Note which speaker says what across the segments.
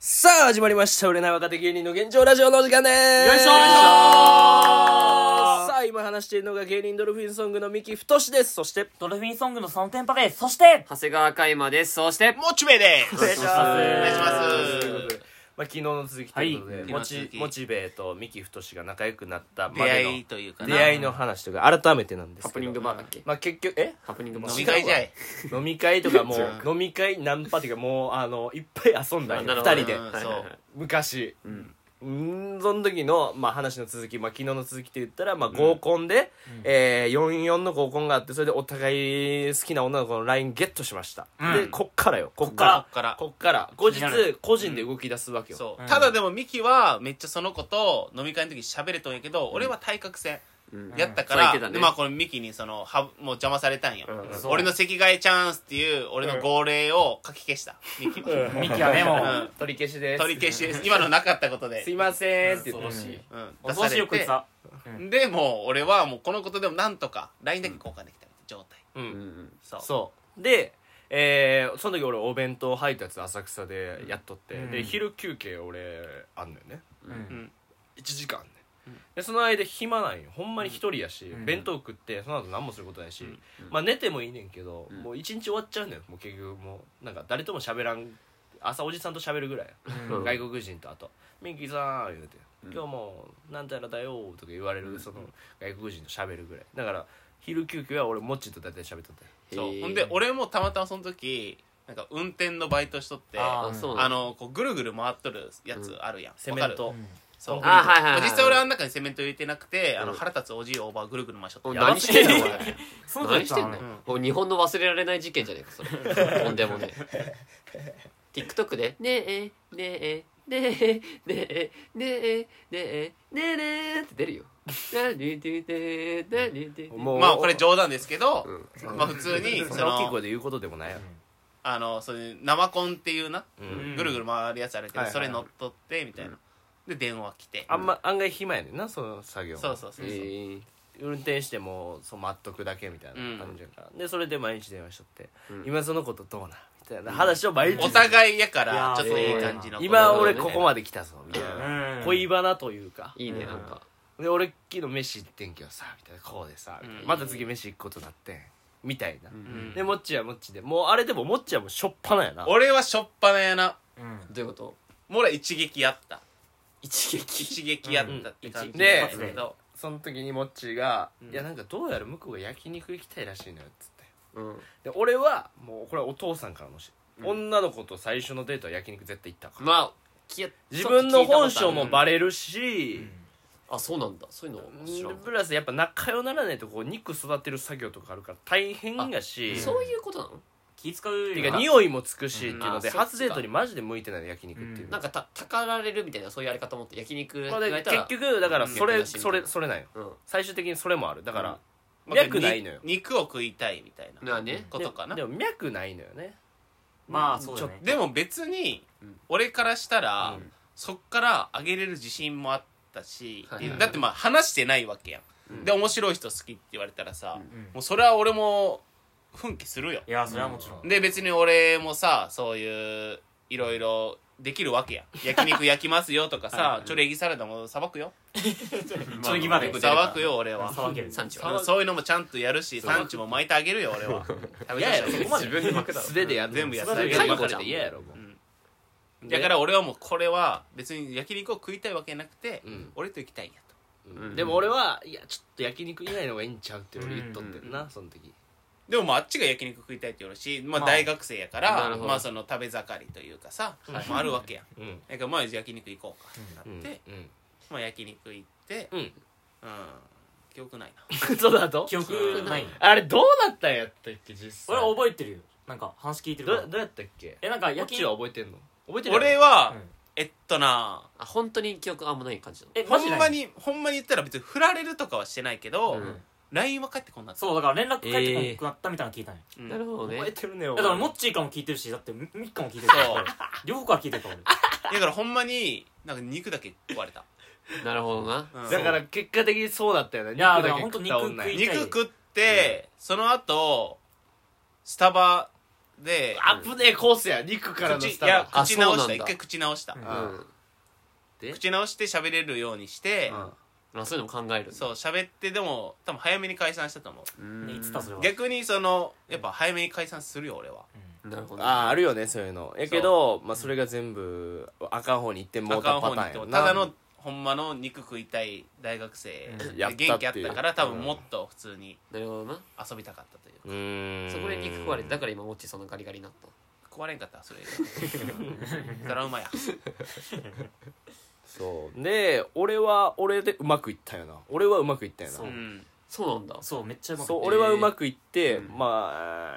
Speaker 1: さあ始まりました売れない若手芸人の現状ラジオのお時間です
Speaker 2: よいしょー
Speaker 1: さあ今話しているのが芸人ドルフィンソングの三木太志ですそして
Speaker 2: ドルフィンソングのそのテンパです。そして、
Speaker 3: 長谷川海馬です。そして、
Speaker 4: モチベです。お願いし
Speaker 2: ますお願いし
Speaker 4: ます
Speaker 1: ということでまあ、昨日の続きということで、
Speaker 3: はい
Speaker 1: モチ
Speaker 4: 昨日の続き
Speaker 1: モチベと三木太志が仲良くなったまで
Speaker 4: 出
Speaker 1: の
Speaker 4: 会いというかな。
Speaker 1: 出会いの話というか改めてなんですけど
Speaker 3: ハプニングバーだっけ
Speaker 1: まあ結局え
Speaker 3: ハプニングも
Speaker 4: 飲み会じゃない。
Speaker 1: 飲み会とかも
Speaker 3: 違
Speaker 1: う飲み会ナンパっていうかもうあのいっぱい遊んだんよ
Speaker 3: なるほ
Speaker 1: 2
Speaker 3: ど
Speaker 1: 人で
Speaker 4: うん
Speaker 3: はい
Speaker 4: そ
Speaker 3: はいうはい。
Speaker 1: 昔
Speaker 3: うん。
Speaker 1: うんその時の、まあ、話の続き、まあ、昨日の続きって言ったら、まあ、合コンで、えー、44の合コンがあってそれでお互い好きな女の子の LINE ゲットしました、
Speaker 2: うん
Speaker 1: でこっからよこっ
Speaker 4: こ
Speaker 1: か
Speaker 4: っから
Speaker 1: ら。こっから後日
Speaker 2: 気になる
Speaker 1: 個人で動き出すわけよ、
Speaker 4: そうう。
Speaker 2: ん
Speaker 4: ただでもミキはめっちゃその子と飲み会の時喋れとんやけど、俺は対角線
Speaker 3: うん
Speaker 4: やったか
Speaker 3: そう言っ
Speaker 4: ら、
Speaker 3: てたね
Speaker 4: でまあこのミキにその、はもう邪魔されたんよ。
Speaker 3: うん
Speaker 2: そう
Speaker 4: 俺の席替えチャンスっていう俺の号令をかき消した。ミキは。
Speaker 2: ミキはね、も
Speaker 4: うん
Speaker 2: う、
Speaker 1: 取り消しです
Speaker 4: 取り消しです。今のなかったことで。
Speaker 1: すいませんって言って
Speaker 2: 恐ろしい
Speaker 4: うん
Speaker 2: 恐ろしいよ、こいつは。
Speaker 4: で、もう俺はもうこのことでもなんとか LINE だけ交換できた状態。
Speaker 1: う
Speaker 3: うんん。
Speaker 4: そう。
Speaker 1: そうでえー、その時俺お弁当配達浅草でやっとって、
Speaker 2: うん
Speaker 1: で昼休憩俺あんのよね
Speaker 2: う。
Speaker 4: うんん。
Speaker 1: 1時間ね、でその間暇なんよほんまに一人やし、
Speaker 2: うん
Speaker 1: 弁当食ってその後何もすることないし、
Speaker 4: うん
Speaker 1: まあ寝てもいいねんけど、
Speaker 3: うん
Speaker 1: もう一日終わっちゃうのよもう結局もうなんか誰とも喋らん朝おじさんと喋るぐらい、
Speaker 3: うん
Speaker 1: 外国人とあと「ミンキーさん」言うて「
Speaker 3: うん
Speaker 1: 今日もなんたらだよ」とか言われるその外国人と喋るぐらいだから昼休憩は俺もっちと大体喋っとったよ
Speaker 4: そうほんで俺もたまたまその時なんか運転のバイトしとって
Speaker 2: あ
Speaker 4: あ
Speaker 3: あ、そうなの
Speaker 4: のこうぐるぐる回っとるやつあるやん、
Speaker 1: セ
Speaker 4: わ
Speaker 1: メ
Speaker 4: か
Speaker 1: ン
Speaker 4: る
Speaker 1: ト、
Speaker 4: そう
Speaker 3: あはいはいはいはい
Speaker 4: 実際俺あの中にセメント入れてなくてあの
Speaker 3: うん
Speaker 4: 腹立つおじいおばあぐるぐる回しとっ
Speaker 3: お
Speaker 4: て
Speaker 2: やば
Speaker 3: 何してんの
Speaker 2: すそうだっ
Speaker 3: 何して
Speaker 2: た
Speaker 3: んの
Speaker 2: のね。
Speaker 3: もう日本の忘れられない事件じゃねえか、それ。とんでもねえ。TikTok で、ねえ、ねえ、ねえ、ねえ、ねえ、ねえ、ねえ、ねえって出るよ。なにてて、なにてて。
Speaker 1: も
Speaker 4: まあこれ冗談ですけど、
Speaker 3: うん
Speaker 4: まあ普通に
Speaker 1: そ
Speaker 4: そ
Speaker 1: んな大きい
Speaker 4: の
Speaker 1: 声で言うことでもないよ、
Speaker 4: あのそういう生コンっていうな、
Speaker 1: うん
Speaker 4: ぐるぐる回るやつあるけど、
Speaker 1: はいはい
Speaker 4: それ乗っとってみたいな、で電話来て
Speaker 1: あんま案外暇やねんなその作業
Speaker 4: そうそうそうそう、
Speaker 3: え
Speaker 1: 運転してもそう待っとくだけみたいな感じやから、でそれで毎日電話しとって、
Speaker 3: うん
Speaker 1: 今そのことどうなんみたいな話を毎日
Speaker 4: お互いやか
Speaker 2: いや
Speaker 4: ら
Speaker 2: ー
Speaker 4: ちょっといい感じの
Speaker 1: 今俺
Speaker 3: ね
Speaker 1: ここまで来たぞみたいな、
Speaker 2: うん
Speaker 1: 恋バナというか
Speaker 3: ーいいね、なんか。
Speaker 1: で俺昨日飯行ってんけどさみたいなこうでさ、みたいな
Speaker 4: うん
Speaker 1: また次飯行くことなってんみたいな、
Speaker 4: ん
Speaker 1: でもっちはもっちでもうあれでももっちはもうしょっぱなやな
Speaker 4: 俺はしょっぱなやな
Speaker 2: うん。
Speaker 3: どういうこと
Speaker 4: もう俺一撃やった
Speaker 3: 一撃。
Speaker 4: 一撃やったって感じ
Speaker 1: うんで
Speaker 4: 一発ど
Speaker 1: その時にもっちが、
Speaker 4: うん
Speaker 1: いやなんかどうやら向こうが焼肉行きたいらしいのよ」っつって
Speaker 3: うん。
Speaker 1: で俺はもうこれはお父さんからのし、
Speaker 3: うん
Speaker 1: 女の子と最初のデートは焼肉絶対行ったから、
Speaker 3: まあ、きや
Speaker 1: 自分の本性もバレるし、
Speaker 3: あ、そうなんだ。そういうの知らんかった
Speaker 1: プラスやっぱ仲良ならないとこう肉育てる作業とかあるから大変やし
Speaker 2: あ
Speaker 3: そういうことなの
Speaker 2: 気使う
Speaker 1: て
Speaker 2: よ
Speaker 1: か
Speaker 2: な。
Speaker 1: 匂いもつくしっていうので
Speaker 3: うんあ
Speaker 1: 初デートにマジで向いてないの焼肉っていうう
Speaker 3: なんかたたかられるみたいなそういうやり方もって焼肉
Speaker 1: まあ
Speaker 3: や
Speaker 1: で
Speaker 3: られた
Speaker 1: 結
Speaker 3: ら
Speaker 1: 局だからそ
Speaker 3: うん
Speaker 1: れ
Speaker 3: 焼肉だし
Speaker 1: それそれなんよ
Speaker 3: うん
Speaker 1: 最終的にそれもあるだから
Speaker 4: う
Speaker 1: 脈ないのよ
Speaker 4: に肉を食いたいみたいな
Speaker 3: まあね
Speaker 4: ことかな
Speaker 1: でも脈ないのよね
Speaker 2: まあ、そうだね。
Speaker 4: でも別に
Speaker 3: うん
Speaker 4: 俺からしたら、
Speaker 3: うん
Speaker 4: そっから上げれる自信もあったし、
Speaker 3: はいはいはい
Speaker 4: だってまあ話してないわけやん、
Speaker 3: うん
Speaker 4: で面白い人好きって言われたらさ、
Speaker 3: うん
Speaker 2: うん
Speaker 4: もうそれは俺も奮起するよ
Speaker 2: いや、それはもちろん。
Speaker 4: で別に俺もさそういういろいろできるわけやん焼肉焼きますよとかさ
Speaker 3: はいはい
Speaker 4: ちょれぎサラダもさばくよ
Speaker 2: ちょいぎまで。
Speaker 4: さばくよ俺は
Speaker 2: さばける。
Speaker 3: 産地
Speaker 4: う
Speaker 3: は
Speaker 4: んそういうのもちゃんとやるし産地も巻いてあげるよ俺は
Speaker 3: いやいやそこまで
Speaker 1: 自分で
Speaker 3: だろ
Speaker 1: 素手でやる
Speaker 4: 全部や
Speaker 1: 素手で
Speaker 3: そ
Speaker 1: や
Speaker 3: れ
Speaker 1: る
Speaker 3: は
Speaker 1: 最後で嫌やろもう
Speaker 4: うんだから俺はもうこれは別に焼肉を食いたいわけなくて、
Speaker 1: うん
Speaker 4: 俺と行きたいんやと
Speaker 3: うん
Speaker 1: でも俺はいやちょっと焼肉以外の方がいいんちゃうって俺言っとってん
Speaker 3: う
Speaker 1: なその時
Speaker 4: でもまああっちが焼肉食いたいって言うし、まあ、
Speaker 2: まあ
Speaker 4: 大学生やから、
Speaker 3: なる
Speaker 4: ま
Speaker 3: ほ
Speaker 4: あ、
Speaker 3: ど
Speaker 4: その食べ盛りというかさ、まあ、あるわけやん
Speaker 1: うん
Speaker 4: だからまあ焼肉行こうかってなって、
Speaker 1: うん
Speaker 4: まあ、焼肉行って
Speaker 1: うん
Speaker 4: うん記憶ないな
Speaker 1: そうだと
Speaker 2: 記憶ない。
Speaker 1: あれどうなったんやったっけ実際
Speaker 2: 俺は覚えてるよ。なんか、話聞いてるか
Speaker 1: ど
Speaker 2: ら。
Speaker 1: どうやったっけ
Speaker 2: え、なんか、
Speaker 1: こっ
Speaker 2: 焼
Speaker 1: ち
Speaker 2: 肉
Speaker 1: は。覚えてんの覚えてる
Speaker 4: 俺は、
Speaker 2: うん
Speaker 4: えっとな
Speaker 3: あ本当に記憶あんまない感じなの
Speaker 2: え、マ
Speaker 4: ほ
Speaker 2: ジで
Speaker 4: んまにほんまに言ったら別に振られるとかはしてないけど、
Speaker 3: うん
Speaker 4: LINE は返ってこんな
Speaker 2: そう、だから連絡返ってこなくなったみたいなの聞いたね。
Speaker 4: うん
Speaker 3: なるほどね
Speaker 1: 覚えてるね
Speaker 2: だ
Speaker 1: 俺
Speaker 2: から、もっちーかも聞いてるし、だって、みみっかも聞いてる
Speaker 4: そう
Speaker 2: から。両方から聞いてるから、俺。
Speaker 4: だからほんまになんか肉だけ壊れた、
Speaker 3: なるほどな
Speaker 4: うん
Speaker 1: だから結果的にそうだったよね
Speaker 2: いや
Speaker 1: 肉だけ
Speaker 2: だから
Speaker 1: 食った女
Speaker 2: 本当肉食い
Speaker 4: 肉食って、その後スタバで
Speaker 1: あぶねえコースや肉からの
Speaker 4: 口い
Speaker 1: スタ
Speaker 4: や
Speaker 1: ー
Speaker 3: あ
Speaker 4: 口
Speaker 3: そ
Speaker 4: 直
Speaker 3: うな
Speaker 4: し
Speaker 3: んだ
Speaker 4: た一回口直した、
Speaker 2: うん
Speaker 1: あ
Speaker 3: うんで
Speaker 4: 口直して喋れるようにして、
Speaker 3: うんまあそういうのも考える
Speaker 4: そう喋ってでも多分早めに解散したと思う
Speaker 3: う
Speaker 2: ね
Speaker 3: ん
Speaker 2: いつだそれは
Speaker 4: 逆にそのやっぱ早めに解散するよ俺は
Speaker 3: なるほど
Speaker 1: あーあるよねそういうのやけどまあ、それが全部あかん方に行っても
Speaker 4: あ
Speaker 1: う
Speaker 4: か
Speaker 1: た
Speaker 4: ん方
Speaker 1: パターン
Speaker 4: に行って
Speaker 1: や
Speaker 4: も
Speaker 1: んな
Speaker 4: ただのほんまの肉食いたい大学生
Speaker 2: うん
Speaker 4: で元気あったから
Speaker 1: やった
Speaker 4: 多
Speaker 1: っていう
Speaker 4: 分もっと普通に
Speaker 3: なるほどな
Speaker 4: 遊びたかったという
Speaker 1: うーん
Speaker 3: そこで肉食われてだから今もっちそんなガリガリになった
Speaker 4: 壊れんかっ たそれトラウマや
Speaker 1: そうで俺は俺でうまくいったよな俺はうまくいったよな
Speaker 3: そ
Speaker 4: うん
Speaker 3: そうなんだ
Speaker 2: そうめっちゃうまく
Speaker 1: そう
Speaker 3: えー
Speaker 1: 俺はうまくいって、
Speaker 3: うん
Speaker 1: まあ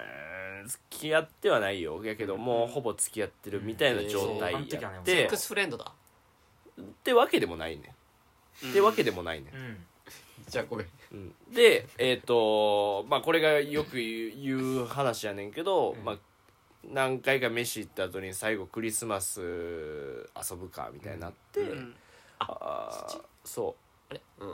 Speaker 1: 付き合ってはないよやけどもうほぼ付き合ってるみたいな状態や
Speaker 2: うんえーそうあの時はね
Speaker 1: っ
Speaker 2: セ
Speaker 1: て
Speaker 3: エックスフレンドだ
Speaker 1: ってわけでもないねってわけでもないね
Speaker 2: う、ん
Speaker 3: じゃあごめん
Speaker 1: うんでえっ、とまあこれがよく言う言う話やねんけど、
Speaker 2: うん
Speaker 1: まあ何回か飯行った後に最後クリスマス遊ぶかみたいになって、
Speaker 4: うん
Speaker 1: あーそう
Speaker 3: あれうんい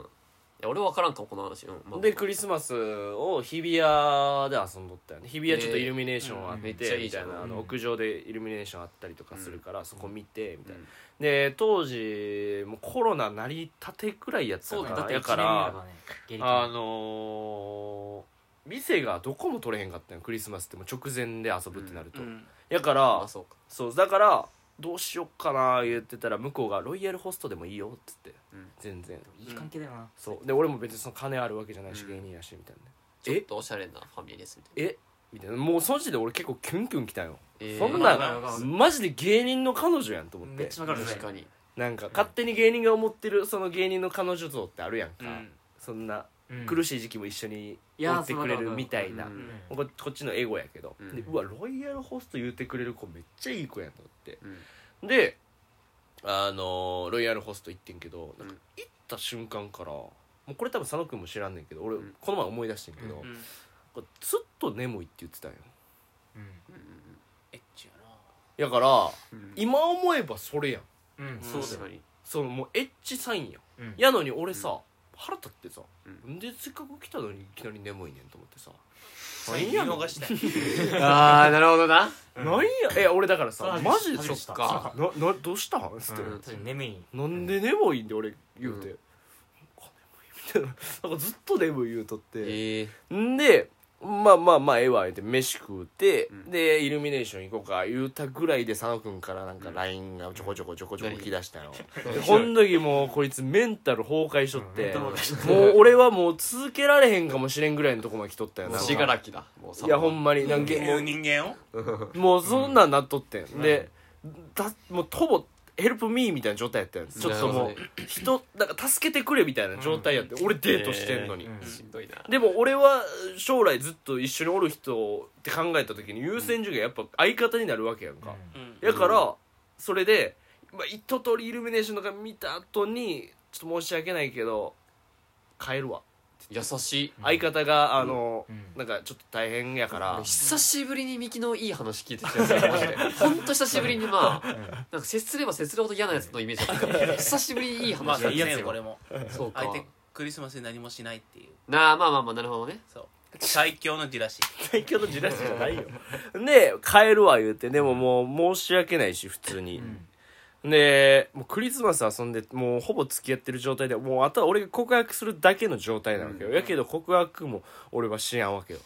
Speaker 3: や俺分からんかもこの話うんまあ
Speaker 1: でクリスマスを日比谷で遊んどったよね日比谷ちょっとイルミネーションあっ
Speaker 3: え
Speaker 1: て
Speaker 3: ーうんめっちゃい
Speaker 1: み
Speaker 3: いじ
Speaker 1: た
Speaker 3: ゃん
Speaker 1: いなあ
Speaker 2: う
Speaker 1: の
Speaker 2: ん
Speaker 1: 屋上でイルミネーションあったりとかするからそこ見てみたいな
Speaker 4: うん
Speaker 1: で当時もうコロナなりたてくらいやった
Speaker 2: そう
Speaker 1: か
Speaker 2: だだっ
Speaker 1: ら
Speaker 2: て
Speaker 1: や
Speaker 2: 1
Speaker 1: か
Speaker 2: 年目だから
Speaker 1: ら
Speaker 2: ね下痢
Speaker 1: あ
Speaker 2: と
Speaker 1: のー店がどこも取れへんかったよクリスマスってもう直前で遊ぶってなると
Speaker 4: うん
Speaker 1: やか
Speaker 3: ま
Speaker 1: ら
Speaker 3: あそうか
Speaker 1: そうだからどうしよっかな言ってたら向こうが「ロイヤルホストでもいいよ」っつって
Speaker 3: うん
Speaker 1: 全然
Speaker 2: いい関係だよな
Speaker 1: そうで俺も別にその金あるわけじゃないし
Speaker 4: うん
Speaker 1: 芸人やしみたいな
Speaker 3: ちょっとおしゃれなファミリーですみたい
Speaker 1: えみたいなもうその時点で俺結構キュンキュンきたよ、
Speaker 3: えー
Speaker 1: そんな
Speaker 2: わかるわかる
Speaker 1: マジで芸人の彼女やんと思っ
Speaker 2: めってちゃわかる
Speaker 3: な
Speaker 2: ね
Speaker 3: 確かに
Speaker 1: なんか勝手に芸人が思ってるその芸人の彼女像ってあるやんか、
Speaker 4: うん
Speaker 1: そんな
Speaker 2: うん
Speaker 1: 苦しい時期も一緒に
Speaker 2: い
Speaker 1: 追
Speaker 2: や
Speaker 1: ってくれるみたいな
Speaker 3: そうだ
Speaker 2: うん
Speaker 1: ここっちのエゴやけど、
Speaker 3: うん
Speaker 1: でうわロイヤルホスト言うてくれる子めっちゃいい子やんと思って
Speaker 3: うん
Speaker 1: であのーロイヤルホスト行ってんけどなんか
Speaker 3: うん
Speaker 1: 行った瞬間からもうこれ多分佐野君も知らんねんけど俺
Speaker 3: うん
Speaker 1: この前思い出してんけど、
Speaker 2: うん
Speaker 4: うん
Speaker 1: これずっと眠いって言ってたんよ
Speaker 2: うん
Speaker 4: エッチや
Speaker 1: だ
Speaker 4: な
Speaker 1: から
Speaker 3: うん
Speaker 1: 今思えばそれやん
Speaker 2: うん
Speaker 4: う
Speaker 2: そ
Speaker 4: ん
Speaker 2: う
Speaker 3: 確
Speaker 2: だ
Speaker 3: か
Speaker 2: よ
Speaker 3: に
Speaker 1: そのもうエッチサインやん
Speaker 2: うん
Speaker 1: やのに俺さ、腹立ってさ、
Speaker 3: う
Speaker 1: でせっかく来たのにいきなり眠いねんと思ってさ
Speaker 4: 見逃したい
Speaker 3: ああなるほどな
Speaker 1: 何やいや俺だからさ
Speaker 2: そう
Speaker 1: マジで
Speaker 2: 初
Speaker 1: そっ
Speaker 2: め
Speaker 1: て
Speaker 2: 知った
Speaker 1: かななどうしたんっつって、
Speaker 2: うん確かに眠い
Speaker 1: なんで眠いんで俺言うて、なんか眠いみたいななんかずっと眠い言うとって、
Speaker 3: ええ
Speaker 1: んでまあまあまあええわ言うて飯食うて、
Speaker 3: うん
Speaker 1: でイルミネーション行こうか言うたぐらいで佐野君からなんか LINE がちょこちょこちょこちょこ来だしたよ、でこん時もうこいつメンタル崩壊しとって、
Speaker 2: うんメンタル崩壊しとっ
Speaker 1: もう俺はもう続けられへんかもしれんぐらいのとこまで来とったよな
Speaker 3: 死
Speaker 1: い
Speaker 3: 柄木だもうい
Speaker 1: やほんまになんか
Speaker 4: 人間を人間を
Speaker 1: もうそんなんなっとってん、でだもうほぼヘルプミーみたいな状態やったんちょっとも
Speaker 3: なるほ
Speaker 1: う人なんか助けてくれみたいな状態やって、俺デートしてんのに、
Speaker 2: うん
Speaker 3: しんどいな
Speaker 1: でも俺は将来ずっと一緒におる人って考えた時に優先順位がやっぱ相方になるわけやんか、
Speaker 2: う
Speaker 4: うん
Speaker 1: だからそれで、まあ、一通りイルミネーションとか見た後にちょっと申し訳ないけど帰るわ
Speaker 3: 優しい
Speaker 1: 相方があの、
Speaker 2: うん
Speaker 1: なんかちょっと大変やから、
Speaker 3: 久しぶりにミキのいい話聞いてきたんですよマジでほんと久しぶりにまあなんか接すれば接するほど嫌なやつのイメージだったから久しぶりにいい
Speaker 4: まあ
Speaker 3: 話だ
Speaker 4: そう
Speaker 3: ったん
Speaker 4: や
Speaker 3: です
Speaker 4: ねこれ
Speaker 3: よ
Speaker 4: も
Speaker 3: そうか
Speaker 4: 相手クリスマスに何もしないっていう
Speaker 3: なあまあまあまあなるほどね
Speaker 4: そう最強のジラシ
Speaker 1: 最強のジラシじゃないよで帰るわ言うてでももう申し訳ないし普通に、でもうクリスマス遊んでもうほぼ付き合ってる状態でもうあとは俺が告白するだけの状態なわけよ、やけど告白も俺はしやんわけよ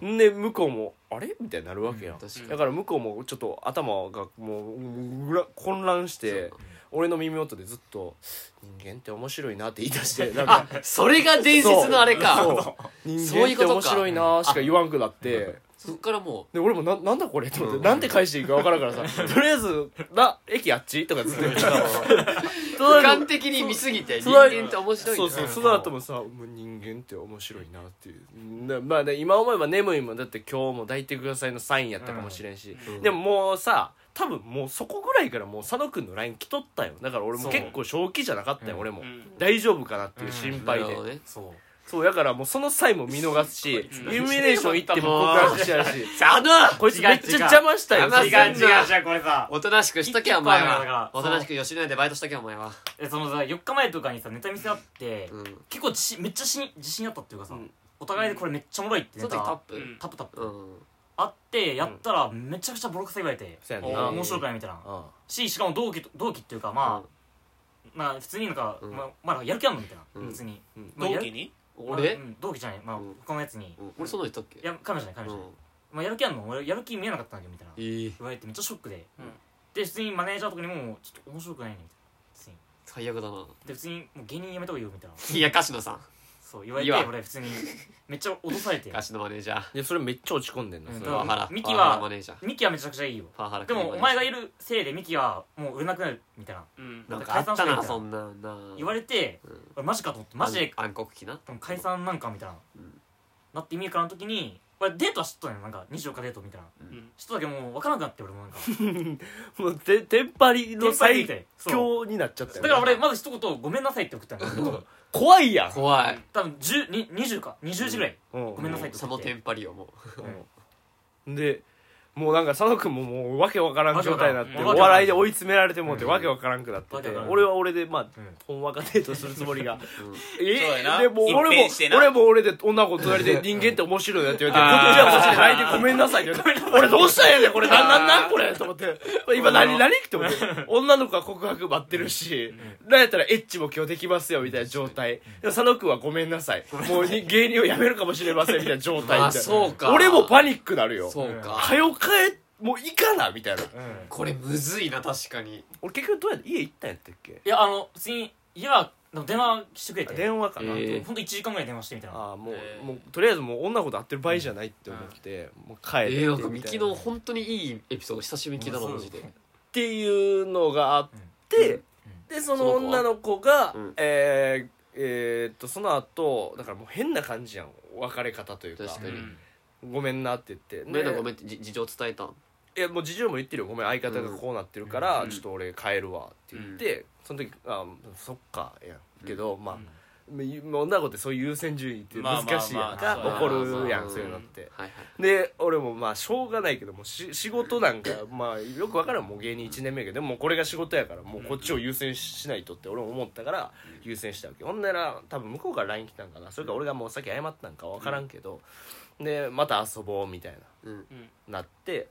Speaker 3: うん
Speaker 1: んで向こうも「あれ?」みたいになるわけやん、
Speaker 3: 確か
Speaker 1: だから向こうもちょっと頭がもううら混乱して俺の耳元でずっと「人間って面白いな」って言い出 してなんか
Speaker 3: あそれが伝説のあれか
Speaker 1: そう人
Speaker 3: そう
Speaker 1: 間
Speaker 3: い
Speaker 1: っ
Speaker 3: う
Speaker 1: て
Speaker 3: ことか
Speaker 1: 面白いなしか言わんくなって
Speaker 3: そっからも
Speaker 1: で俺もななんだこれと思って、
Speaker 3: うん
Speaker 1: なんて返していいか分からんからさとりあえず「な駅あっち?」とかずっと言ってたわ
Speaker 3: う俯瞰的に見すぎて人
Speaker 1: そう
Speaker 3: 間って面白い
Speaker 1: そ
Speaker 3: ん
Speaker 1: う
Speaker 3: だ
Speaker 1: そうその後もさ「もう人間って面白いな」っていうなまあね今思えば眠いもんだって今日も抱いてくださいのサインやったかもしれんし、
Speaker 3: うん
Speaker 1: でももうさ多分もうそこぐらいからもう佐野くんの LINE 来とったよだから俺も
Speaker 2: そう
Speaker 1: 結構正気じゃなかったよ
Speaker 2: うん
Speaker 1: 俺も、
Speaker 4: うん
Speaker 1: 大丈夫かなっていう心
Speaker 3: な
Speaker 1: 配
Speaker 3: る
Speaker 1: で、
Speaker 3: ほどね
Speaker 2: そう
Speaker 1: そうだからもうその際も見逃すしイ
Speaker 4: うん
Speaker 1: ルミネーション行っても告白しちゃうし
Speaker 3: あの
Speaker 1: こいつめっちゃ邪魔したよ
Speaker 3: 違う違う
Speaker 2: 違う違う違うこれさ
Speaker 3: おとなしくしとけお前
Speaker 2: 一個あるから
Speaker 3: はおとなしく吉野家でバイトしとけお前は
Speaker 2: えそのさ4日前とかにさネタ見せあって
Speaker 3: うん
Speaker 2: 結構自信めっちゃし自信あったっていうかさ
Speaker 1: うん
Speaker 2: お互いでこれめっちゃおもろいって
Speaker 3: そ
Speaker 2: ネ
Speaker 3: の時タッ
Speaker 2: タ
Speaker 3: プ
Speaker 4: うん
Speaker 2: タップタップ
Speaker 3: うん
Speaker 2: あってやったらめちゃくちゃボロクソ言われて、
Speaker 1: そうや
Speaker 4: ん
Speaker 1: ねん
Speaker 4: あ
Speaker 1: な
Speaker 4: ー
Speaker 2: 面白くないみたいな
Speaker 1: うん
Speaker 2: ししかも同期と同期っていうかまあ、まあ普通になんか、
Speaker 3: うん
Speaker 2: まあまだやる気あんのみたいな、
Speaker 3: うん
Speaker 2: 普通に、
Speaker 1: うん
Speaker 2: まあや
Speaker 4: 同
Speaker 2: る
Speaker 4: 期に
Speaker 2: まあ
Speaker 3: 俺
Speaker 2: うん同期じゃないまあ、
Speaker 3: うん
Speaker 2: 他のやつに、
Speaker 3: うん俺そんなの言ったっけ
Speaker 2: いや彼女じゃない彼
Speaker 3: う
Speaker 2: 女
Speaker 3: ん
Speaker 2: じゃない、まあ、やる気あんの俺やる気見えなかったんだけどみたいな
Speaker 3: ええ
Speaker 2: 言われてめっちゃショックで、
Speaker 4: うん
Speaker 2: で普通にマネージャーとかにももうちょっと面白くないねみたいな普通に
Speaker 3: 最悪だな
Speaker 2: で普通にもう芸人辞めた方がいいよみたいない
Speaker 3: や柏野さん
Speaker 2: そう言われ
Speaker 3: い
Speaker 2: て
Speaker 3: いわ
Speaker 2: 俺普通にめっちゃ脅されて
Speaker 3: 柏野マネージャー
Speaker 1: でそれめっちゃ落ち込んでんの
Speaker 2: うん
Speaker 1: それ
Speaker 3: パワ
Speaker 1: は
Speaker 3: ハラ
Speaker 2: ミキは
Speaker 3: パワハラマネージャー
Speaker 2: ミキはめちゃくちゃいいよ
Speaker 3: パワハラ
Speaker 2: でもお前がい
Speaker 3: る
Speaker 2: るせいでミキはもう売れなくなるみたいな
Speaker 4: うん
Speaker 3: なんかあったなそんなんな
Speaker 2: 言われて、
Speaker 3: うん
Speaker 2: 俺マジかと思ってマジで
Speaker 3: 暗暗黒期な
Speaker 2: 多分解散なんかみたいな、
Speaker 3: うん
Speaker 2: なって意味からの時に俺デートは知っとったのよなんか24日デートみたいな
Speaker 4: うん
Speaker 2: 知っとったけどもう分からなくなって俺もなんか
Speaker 1: もうてテンパりの最
Speaker 2: テンパりみたいそう
Speaker 1: 強になっちゃった
Speaker 2: だ
Speaker 1: よ
Speaker 2: から俺まず一言「ごめんなさい」って送ったのよ
Speaker 1: 怖いやん
Speaker 3: 怖い
Speaker 2: 多分10に20か20時ぐらい、
Speaker 1: ご
Speaker 2: ごめんなさいって
Speaker 3: そのテンパリをもう
Speaker 1: でもうなんか佐野君ももうわけわからん状態になっ
Speaker 2: わ
Speaker 1: て
Speaker 2: け
Speaker 1: お
Speaker 2: わからん
Speaker 1: 笑いで追い詰められてもうて
Speaker 2: うん
Speaker 1: わけわからんくなって
Speaker 2: わけ
Speaker 1: て
Speaker 2: わからん
Speaker 1: 俺は俺でまあ
Speaker 2: うん
Speaker 1: ほんわかデートするつもりが
Speaker 4: そうやな
Speaker 1: でも俺
Speaker 4: 一
Speaker 1: も
Speaker 4: 変してな
Speaker 1: 俺も俺で女の子隣で人間って面白いよって言われてこっちはこっちで泣いてごめんなさいって言われて俺どうしたらええねんこれなんなんなんこれと思って今何何って思って女の子は告白待ってるしなんやったらエッチも今日できますよみたいな状態でも佐野君はごめんなさいもうに芸人を辞めるかもしれませんみたいな状態
Speaker 3: あ
Speaker 1: みたいな
Speaker 3: そうか
Speaker 1: 俺もパニックなるよ
Speaker 3: そうか
Speaker 1: はよ帰えもういいかなみたいな
Speaker 2: うん
Speaker 3: これむずいな確かに
Speaker 1: 俺結局どうやって家行ったんやったっけ
Speaker 2: いやあの普通に家はでも電話してくれて
Speaker 1: 電話かな、
Speaker 3: えー
Speaker 2: ほんと1時間ぐらい電話してみたいな
Speaker 1: ああもう,、
Speaker 4: えー
Speaker 1: もうとりあえずもう女の子と会ってる場合じゃないって思って、もう帰って
Speaker 3: えー、なんかミ
Speaker 1: みた
Speaker 3: キ
Speaker 1: いな
Speaker 3: の
Speaker 1: っ
Speaker 3: 本当にいいエピソード久しぶりに聞いたな
Speaker 2: うん
Speaker 3: マジで
Speaker 1: ていうのがあって、でその女の子が、
Speaker 3: うん
Speaker 1: えーえーっとその後だからもう変な感じやん別れ方というか
Speaker 3: 確か
Speaker 2: う
Speaker 3: に
Speaker 2: ん
Speaker 1: ごめんなって言って
Speaker 3: ごめんな
Speaker 1: で
Speaker 3: ごめんってじ事情伝えたん
Speaker 1: いやもう事情も言ってるよごめん相方がこうなってるから、
Speaker 4: うん
Speaker 1: ちょっと俺帰るわって言って、その時あそっかやんけど、まあ、女の子ってそういう優先順位って難しいやん
Speaker 4: まあ
Speaker 1: か
Speaker 4: まあまあ
Speaker 1: 怒るや
Speaker 3: あ
Speaker 1: ん
Speaker 3: ー
Speaker 1: そういうのって
Speaker 3: はいはい
Speaker 1: で俺もまあしょうがないけどもし仕事なんかまあよくわからんもう芸人1年目やけどでももうこれが仕事やからもうこっちを優先しないとって俺も思ったから優先したわけほんなら多分向こうから LINE 来たんかなそれか俺がもうさっき謝ったんかわからんけどでまた遊ぼうみたいな
Speaker 3: うん
Speaker 1: なって、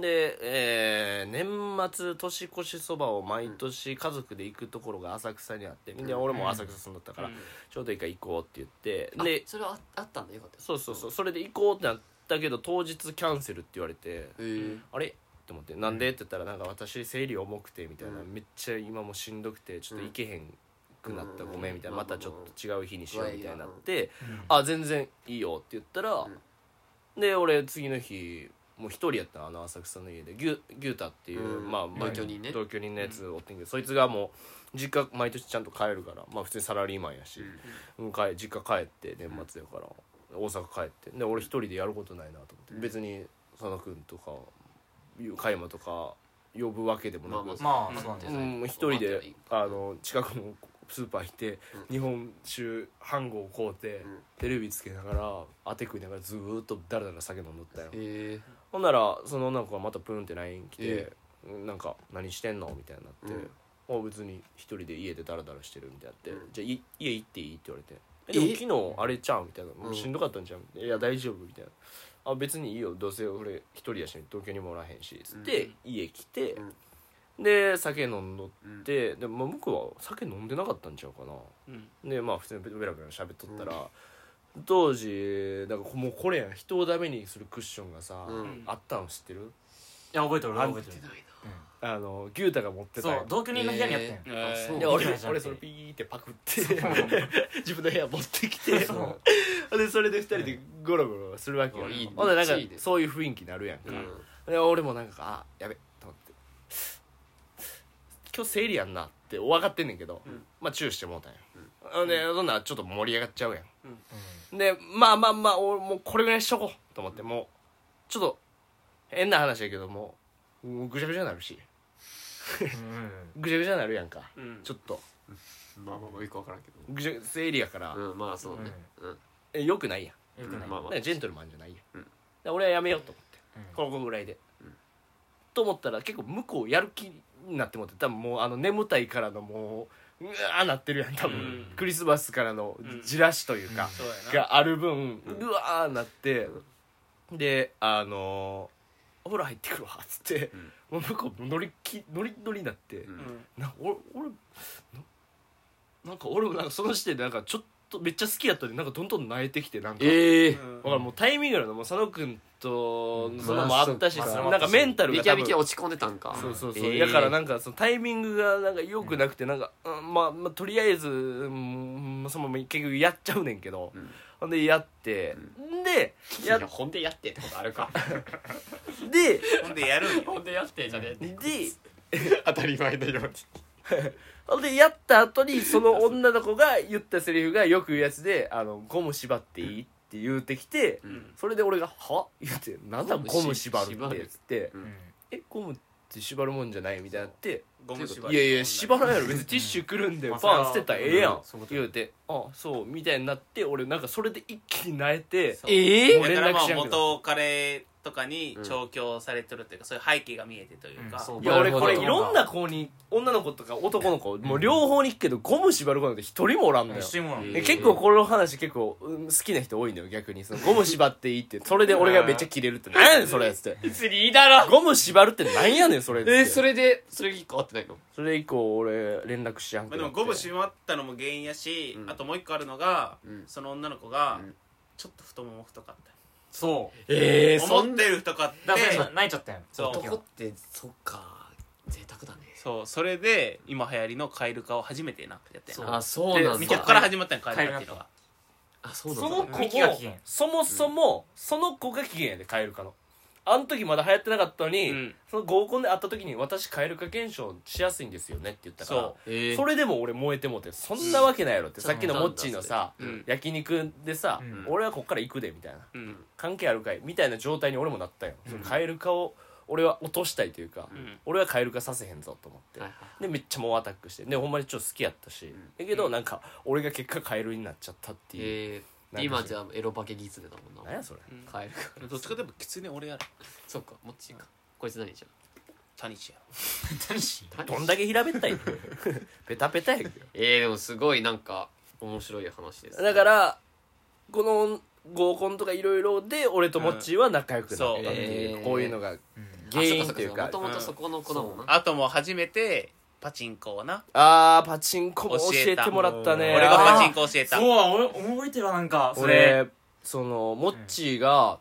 Speaker 1: で、えー年末年越しそばを毎年家族で行くところが浅草にあってみんな俺も浅草住んだったから、
Speaker 4: うん
Speaker 1: ちょうどいいから行こうって言って
Speaker 3: あ
Speaker 1: で
Speaker 3: それはああったんだよかった
Speaker 1: そうそうそうそれで行こうってなったけど当日キャンセルって言われて
Speaker 3: へー
Speaker 1: あれって思って「なんで?」って言ったら「なんか私生理重くて」みたいな、
Speaker 3: うん
Speaker 1: めっちゃ今もうしんどくてちょっと行けへんくなった、
Speaker 3: うん
Speaker 1: ごめん」みたいな「またちょっと違う日にしよう」みたいになって。
Speaker 2: うん
Speaker 1: あ全然いいよって言ったら、で俺次の日もう一人やったのあの浅草の家でぎゅぎゅうたっていう、
Speaker 3: うん
Speaker 1: まあ前
Speaker 3: 同居人ね
Speaker 1: 同居人のやつおってんけど、そいつがもう実家毎年ちゃんと帰るからまあ普通にサラリーマンやし、うん帰実家帰って年末やから、大阪帰ってで俺一人でやることないなと思って、別に佐野君とか加山とか呼ぶわけでもなく、
Speaker 3: まあまあ
Speaker 2: まあそうなんだ
Speaker 3: う
Speaker 2: よ
Speaker 1: う
Speaker 2: ね
Speaker 1: ん、一人
Speaker 3: わかっ
Speaker 1: で
Speaker 3: てる
Speaker 1: あの近くのスーパー行って、日本酒半合買うて、
Speaker 3: ん
Speaker 1: テレビつけながら当て食いながらずーっとだらだら酒飲んどったよ、
Speaker 3: へえ
Speaker 1: ほんならその女の子がまたプンって LINE 来て、
Speaker 3: え
Speaker 1: なんか「何してんの?」みたいになって「あ別に一人で家でダラダラしてる」みたいになって「
Speaker 3: うん
Speaker 1: じゃあい家行っていい?」って言われて「え
Speaker 3: え
Speaker 1: でも昨日あれちゃう?」みたいな「も
Speaker 3: う
Speaker 1: うんしんどかったんちゃう?」いや大丈夫」みたいな「あ別にいいよどうせ俺一人やし東京にもおらへんし」つって、
Speaker 4: うん
Speaker 1: 家来て、で酒飲んどって、でも向こうは酒飲んでなかったんちゃうかな
Speaker 4: うん
Speaker 1: でまあ普通にベラベラ喋っとったら、当時なんかもうこれやん人をダメにするクッションがさ、
Speaker 3: うん
Speaker 1: あったの知ってる
Speaker 2: いや覚えてる俺
Speaker 1: あ
Speaker 2: 覚えてる
Speaker 1: あの牛太が持ってた
Speaker 2: そ
Speaker 1: ん
Speaker 2: う同居人の部屋にあったんよ
Speaker 3: え
Speaker 4: えー
Speaker 3: あそう
Speaker 1: で
Speaker 2: 俺
Speaker 1: 俺
Speaker 2: 牛太じゃなくて
Speaker 1: 俺それピーってパクって 自分の部屋持ってきて
Speaker 2: そう
Speaker 1: でそれで二人でゴロゴロするわけよ
Speaker 3: うんいいね
Speaker 1: ほんでなんか
Speaker 3: いいね
Speaker 1: そういう雰囲気になるやんか、
Speaker 3: うん
Speaker 1: で俺もなんかあやべと思って今日生理やんなって分かってんねんけど、まあチューしてもうたんや、ん、でそんなんちょっと盛り上がっちゃうやんでまあまあまあ俺もうこれぐらいしとこうと思ってもうちょっと変な話やけどもうぐちゃぐちゃになるし
Speaker 2: うんうん
Speaker 1: ぐちゃぐちゃになるやんか、
Speaker 4: うん
Speaker 1: ちょっと
Speaker 3: まあまあまあよくわからんけど
Speaker 1: ぐちゃ生理やから、
Speaker 3: うんまあそうねうん
Speaker 1: えよくないやん
Speaker 2: よくない
Speaker 3: まあまあ
Speaker 1: だからジェントルマンじゃないやん、
Speaker 3: うん
Speaker 1: だから俺はやめようと思って、
Speaker 2: うん
Speaker 1: この子ぐらいで、と思ったら結構向こうやる気になってもって多分もうあの眠たいからのもううわーなってるやん多分、
Speaker 4: うん
Speaker 1: クリスマスからの
Speaker 4: うん
Speaker 1: じらしというか、
Speaker 4: そうやな
Speaker 1: がある分、うわーなって、であのーお風呂入ってくるわ」っつって、もう向こう乗りき乗り乗りになって、
Speaker 4: うん
Speaker 1: なんか俺俺ななんか俺もなんかその時点でなんかちょっとめっちゃ好きやったんでなんかどんどん泣いてきてなんか、
Speaker 3: ええ
Speaker 1: だからもうタイミングなのもう佐野君とそのもあったし、
Speaker 3: まあそう
Speaker 1: なんかメンタル
Speaker 3: ビ
Speaker 1: が
Speaker 3: キャ
Speaker 1: 多
Speaker 3: ビ
Speaker 1: 分
Speaker 3: キャ落ち込んでたんか
Speaker 1: そうそうそう、
Speaker 3: えー
Speaker 1: だからなんかそのタイミングがなんか良くなくてなんか、うんまあ、まあとりあえず、うんまあ、そのまま結局やっちゃうねんけど、
Speaker 4: ん
Speaker 1: ほんでやって、でや
Speaker 3: いやほんでやってってことある か
Speaker 1: で
Speaker 4: ほんでやるんよ
Speaker 3: ほんでやってじゃねえ
Speaker 1: で
Speaker 3: 当たり前のように
Speaker 1: ほんでやった後にその女の子が言ったセリフがよく言うやつで「あのゴム縛っていい?」って言うてきて、
Speaker 4: ん
Speaker 1: それで俺が「は?」言って「なんだゴ
Speaker 3: ゴ
Speaker 1: ム
Speaker 3: ム
Speaker 1: 縛
Speaker 3: 縛
Speaker 1: るっ
Speaker 3: る
Speaker 1: て」つって
Speaker 4: うん
Speaker 1: 「えゴムって縛るもんじゃない?」みたいになって。
Speaker 4: ゴム縛
Speaker 1: い
Speaker 4: り
Speaker 1: やいや縛らんやろ別にティッシュくるんで
Speaker 2: まあ
Speaker 1: パン捨てたらええやん
Speaker 2: そういうこと
Speaker 1: 言うてあそうみたいになって俺なんかそれで一気に泣いて
Speaker 4: そう
Speaker 3: ええ
Speaker 1: もう
Speaker 4: だからまあ
Speaker 1: 連絡しなくなった
Speaker 4: 元彼とかに調教されてるというかそういう背景が見えてという
Speaker 2: うん
Speaker 4: か、
Speaker 3: そう
Speaker 1: いや俺
Speaker 3: なるほ
Speaker 1: こ
Speaker 3: ど
Speaker 1: れいろんな子に女の子とか男の子もう両方に聞くけどゴム縛る子なんて一人もおらんのよ
Speaker 2: 一緒にもらう
Speaker 3: え
Speaker 1: で結構この話結構、うん好きな人多いのよ逆にそのゴム縛っていいってそれで俺がめっちゃキレるって何やねんそれっつって
Speaker 3: 別にいいだろ
Speaker 1: ゴム縛るってなんやねんそれっつって
Speaker 3: えそれでそれ以降合ってないの
Speaker 1: それ以降俺連絡しやん
Speaker 4: まあ、
Speaker 1: く
Speaker 4: で
Speaker 1: なっ
Speaker 4: も
Speaker 1: て
Speaker 4: ゴム縛ったのも原因やし、
Speaker 3: うん
Speaker 4: あともう一個あるのが、
Speaker 3: うん
Speaker 4: その女の子が、
Speaker 3: うん
Speaker 4: ちょっと太もも太かった
Speaker 2: そう
Speaker 3: え
Speaker 4: 思ってる太かって
Speaker 2: だから泣いちゃったよ
Speaker 4: そう
Speaker 3: 男ってそっか贅沢だね
Speaker 4: そうそれで今流行りの蛙化を初めてなやってんな
Speaker 3: あそうなん
Speaker 4: で
Speaker 3: だ
Speaker 4: こっから始まったんや蛙化っていうのが
Speaker 3: あそう
Speaker 1: そ
Speaker 3: な
Speaker 1: の
Speaker 3: んだ
Speaker 1: 子
Speaker 2: ミキが
Speaker 1: も
Speaker 2: 機嫌
Speaker 1: そもそもその子が機嫌やでカエル化のあの時まだ流行ってなかったのに、
Speaker 4: うん
Speaker 1: その合コンで会った時に「私カエル化現象しやすいんですよね」って言ったから
Speaker 4: そ
Speaker 3: ええ
Speaker 1: それでも俺燃えてもうてそんなわけないやろって、
Speaker 3: うん
Speaker 1: さっきのモッチーのさ、
Speaker 4: そうなんだそ
Speaker 1: 焼肉でさ、
Speaker 2: うん
Speaker 1: 俺はこっから行くで」みたいな
Speaker 4: う、うん
Speaker 1: 「関係あるかい?」みたいな状態に俺もなったよ、そのカエル化を俺は落としたいというか、
Speaker 4: うん
Speaker 1: 俺はカエル化させへんぞと思って、
Speaker 3: はいはい
Speaker 1: でめっちゃ猛アタックしてでほんまにちょっと好きやったし、だけどなんか俺が結果カエルになっちゃったっていう、
Speaker 3: ええ今じゃあエロ化けギツネだもん
Speaker 1: なん
Speaker 3: な
Speaker 1: やそれ
Speaker 3: 帰るか
Speaker 4: どっちかでもきつね俺やろ
Speaker 3: そっかもっちかこいつ何じゃ
Speaker 4: 谷地やろ
Speaker 3: ん
Speaker 1: どんだけ平べったいのペタペタやけど
Speaker 3: ええでもすごいなんか面白い話ですね
Speaker 1: だからこの合コンとかいろいろで俺とモッチーは仲良くなったっていう、
Speaker 3: そう
Speaker 1: こういうのが
Speaker 2: うん
Speaker 1: 原因っていうか
Speaker 3: もともとそこの子だもんな
Speaker 4: あともう初めてパチンコをな
Speaker 1: あーパチンコも教
Speaker 4: 教
Speaker 1: え
Speaker 4: えた
Speaker 1: てもらったね
Speaker 4: 俺が
Speaker 1: あー
Speaker 4: パチンコ教えた
Speaker 2: そうは俺覚えてるわなんかそれ
Speaker 1: 俺そのモッチーが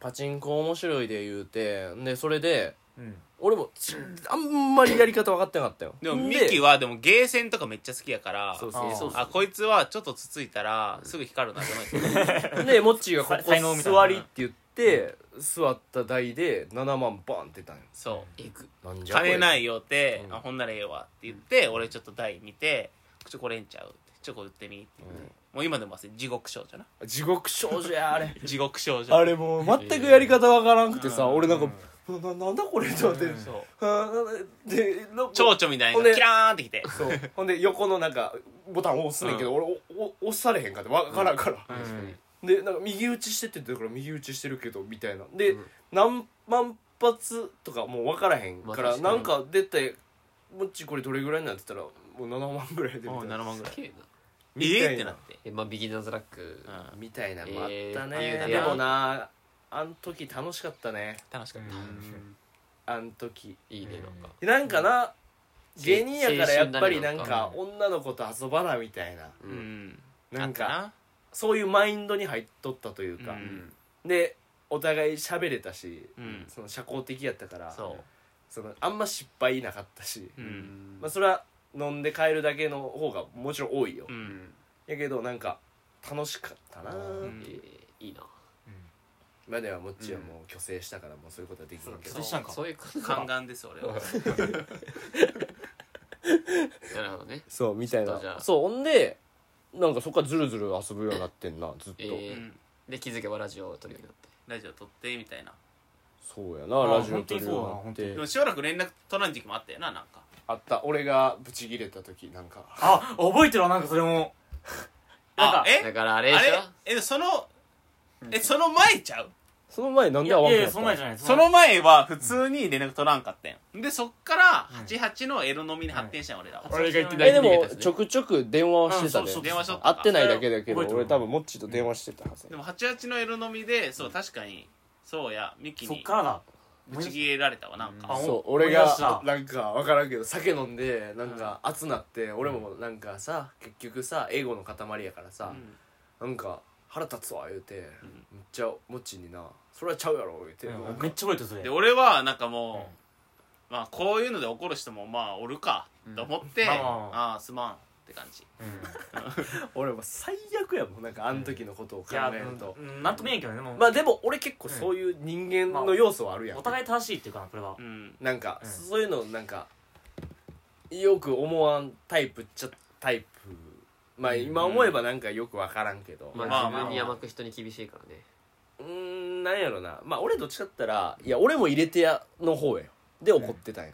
Speaker 1: パチンコ面白いで言うてでそれで
Speaker 2: うん
Speaker 1: 俺もちあんまりやり方分かってなかったよ
Speaker 4: でもミキはでもゲーセンとかめっちゃ好きやから
Speaker 1: そう
Speaker 2: あー
Speaker 3: そうそう
Speaker 4: あこいつはちょっとつついたらすぐ光るなと思って思い
Speaker 1: でモッチーがここ
Speaker 2: 才能みたいな
Speaker 1: 座りって言って座った台で7万バンってたんよ
Speaker 4: そう
Speaker 3: えぐ
Speaker 1: なんじゃこれ
Speaker 4: 金ないよって、
Speaker 1: うん
Speaker 4: あほんならええわって言って、俺ちょっと台見てちょこれんちゃうってちょこ売ってみって言って、もう今でも忘れ地獄少女な
Speaker 1: 地獄少女やあれ
Speaker 4: 地獄少 女
Speaker 1: あれもう全くやり方わからんくてさ、
Speaker 4: うん
Speaker 1: 俺なんか、なななんだこれって思って、
Speaker 2: うん
Speaker 4: そう
Speaker 1: あーでの
Speaker 4: 蝶々みたい
Speaker 1: ほ
Speaker 4: なん
Speaker 1: で
Speaker 4: のがキラーンってきて
Speaker 1: そうほんで横のなんかボタンを押すねんけど、俺おお押されへんかってわからんから、
Speaker 2: うん
Speaker 1: でなんか右打ちしてってだから右打ちしてるけどみたいなで、何万発とかもう分からへんから、
Speaker 3: まあ確か
Speaker 1: な
Speaker 3: に
Speaker 1: んか出て「もっちこれどれぐらいなん?」って言ったらもう7万ぐらいでみ
Speaker 4: も
Speaker 1: た
Speaker 4: う
Speaker 1: いな
Speaker 4: 7万ぐらい
Speaker 3: 綺麗な
Speaker 1: み
Speaker 4: え
Speaker 1: た
Speaker 4: えっ
Speaker 1: い
Speaker 4: て
Speaker 1: な
Speaker 4: なって、
Speaker 3: えまあビギナーズラック
Speaker 4: うん、
Speaker 1: みたいなのもあったね、
Speaker 3: えー
Speaker 1: でもなあん時楽しかったね
Speaker 4: 楽しかっ
Speaker 2: うん
Speaker 1: あん時
Speaker 3: いいねなんか
Speaker 1: なんかな、
Speaker 3: うん
Speaker 1: 芸人やからやっぱり
Speaker 3: 青
Speaker 1: なん
Speaker 3: 春だね
Speaker 1: か女の子と遊ばなみたいな
Speaker 4: た
Speaker 3: う
Speaker 4: うん、
Speaker 3: ん
Speaker 1: なん
Speaker 4: あっ
Speaker 1: かそういうマインドに入っとったというか、
Speaker 4: うん
Speaker 1: でお互い喋れたし、
Speaker 4: うん
Speaker 1: その社交的やったか
Speaker 4: た
Speaker 1: ら
Speaker 4: なそ
Speaker 1: そのあんま失敗なかったし、
Speaker 4: ううん
Speaker 1: まあ、それは飲んで帰るだけの方がもちろん多いよ、
Speaker 4: うん
Speaker 1: やけどなんか楽しかったな、
Speaker 4: うん
Speaker 3: ええいいな
Speaker 1: まではもっちはもう虚勢したからもうそういうことはできんけど、
Speaker 2: そうしたんか
Speaker 3: そういうこと
Speaker 4: 宦
Speaker 3: か
Speaker 4: 官です俺は
Speaker 3: なるほどね
Speaker 1: そうみたい
Speaker 3: ちょっとじゃ
Speaker 1: な
Speaker 3: あ
Speaker 1: そうほんでなんかそっからずるずる遊ぶようになってんなずっと、
Speaker 3: え
Speaker 4: う
Speaker 3: ー
Speaker 4: ん
Speaker 3: で気づけばラジオを撮るようになって
Speaker 4: ラジオ撮ってみたいな
Speaker 1: そうやな
Speaker 2: あ
Speaker 1: ラジオ撮るようになっ
Speaker 2: 本当に
Speaker 1: て
Speaker 2: そうだ
Speaker 4: でもしばらく連絡取らん時期もあったよななんか
Speaker 1: あった俺がブチギレた時なんか
Speaker 2: あ覚えてるわなんかそれもなん
Speaker 4: あ
Speaker 2: か
Speaker 4: え
Speaker 3: だからあれでし
Speaker 4: あれ
Speaker 3: ょ
Speaker 4: えそのえその前ちゃう
Speaker 1: その前なん
Speaker 2: い
Speaker 1: で
Speaker 2: や
Speaker 1: 会
Speaker 2: い
Speaker 1: わん
Speaker 2: や
Speaker 1: く
Speaker 2: い
Speaker 1: なった
Speaker 2: やその前じゃない
Speaker 4: その前は普通に連絡取らんかったよでそっから
Speaker 2: うん
Speaker 4: 88のエロ飲みに発展したん俺らは、
Speaker 2: 俺が言って
Speaker 3: た
Speaker 2: ない
Speaker 1: えで
Speaker 3: 逃げ
Speaker 1: も
Speaker 3: たやつね
Speaker 1: ちょくちょく電話はしてた
Speaker 2: うん
Speaker 1: で
Speaker 2: そうそう
Speaker 4: 電話しとった
Speaker 1: 会ってないだけだけど
Speaker 2: 覚えてる
Speaker 1: 俺多分モッチーと電話してたはず
Speaker 4: でも88のエロ飲みでそう確かにそうやミキ
Speaker 2: そっ
Speaker 4: に
Speaker 2: からだ
Speaker 4: ぶち切れられたわなん
Speaker 2: あ
Speaker 4: か、
Speaker 1: そう
Speaker 2: 思い
Speaker 1: 俺
Speaker 2: 出した
Speaker 1: がなんか分からんけど酒飲んでなんか熱なって俺もなんかさ結局さエゴの塊やから
Speaker 4: う
Speaker 1: さ
Speaker 4: ん
Speaker 1: なんか腹立つわ言うてめっちゃモッチーになそれはちゃうやろ言うて
Speaker 2: うん
Speaker 1: なんか
Speaker 2: めっちゃ覚えてるそれ
Speaker 4: で俺はなんかもう、まあこういうので怒る人もまあおるかと思って、
Speaker 2: うんまあまあま
Speaker 4: ああすまんって感じ
Speaker 2: うん
Speaker 1: 俺も最悪やもんなんかあの時のことを考
Speaker 2: いや
Speaker 1: えると
Speaker 2: うんなんとも言えんけどねもう
Speaker 1: まあでも俺結構そういう人間の要素はあるやん
Speaker 2: お互い正しいっていうかなこれは
Speaker 4: うん
Speaker 1: なんか、
Speaker 2: うん
Speaker 1: そういうのなんかよく思わんタイプっちゃタイプまあ今思えばなんかよく分からんけど、
Speaker 3: ま
Speaker 4: まあ
Speaker 3: あ自分に甘く人に厳しいからね
Speaker 1: うーんなんやろなまあ俺どっちかって言ったらいや俺も入れてやの方やで怒ってたんよ、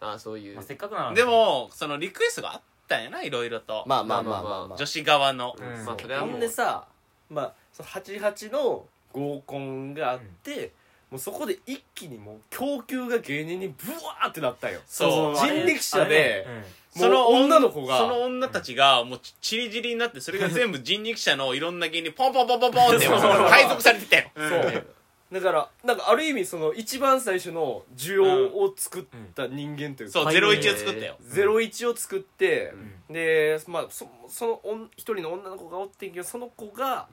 Speaker 3: ああそういう
Speaker 2: まあせっかくなら
Speaker 4: でもそのリクエストがあったんやないろいろと、
Speaker 1: まあまあまあま
Speaker 3: まあま
Speaker 1: あ
Speaker 3: あ
Speaker 1: まあ
Speaker 4: 女子側の、
Speaker 2: うん
Speaker 3: まあそれは
Speaker 1: ほ
Speaker 3: も
Speaker 1: ん
Speaker 3: う
Speaker 1: でさまあその88の合コンがあって、もうそこで一気にもう供給が芸人にブワーってなったんよ
Speaker 4: そう
Speaker 1: 人力車で、
Speaker 2: あれね
Speaker 1: その女の子が
Speaker 4: その女たちがもうちちりじりになってそれが全部人力車のいろんな芸人にポンポンポンポンポンって
Speaker 1: そうそうそう
Speaker 4: 配属されて たよ
Speaker 1: そうだからなんかある意味その一番最初の需要を作った人間というか、
Speaker 4: そうゼロイチを作ったよ
Speaker 1: ゼロイチを作って
Speaker 2: う、ん
Speaker 1: で、まあ、そその女一人の女の子がおってんけどその子が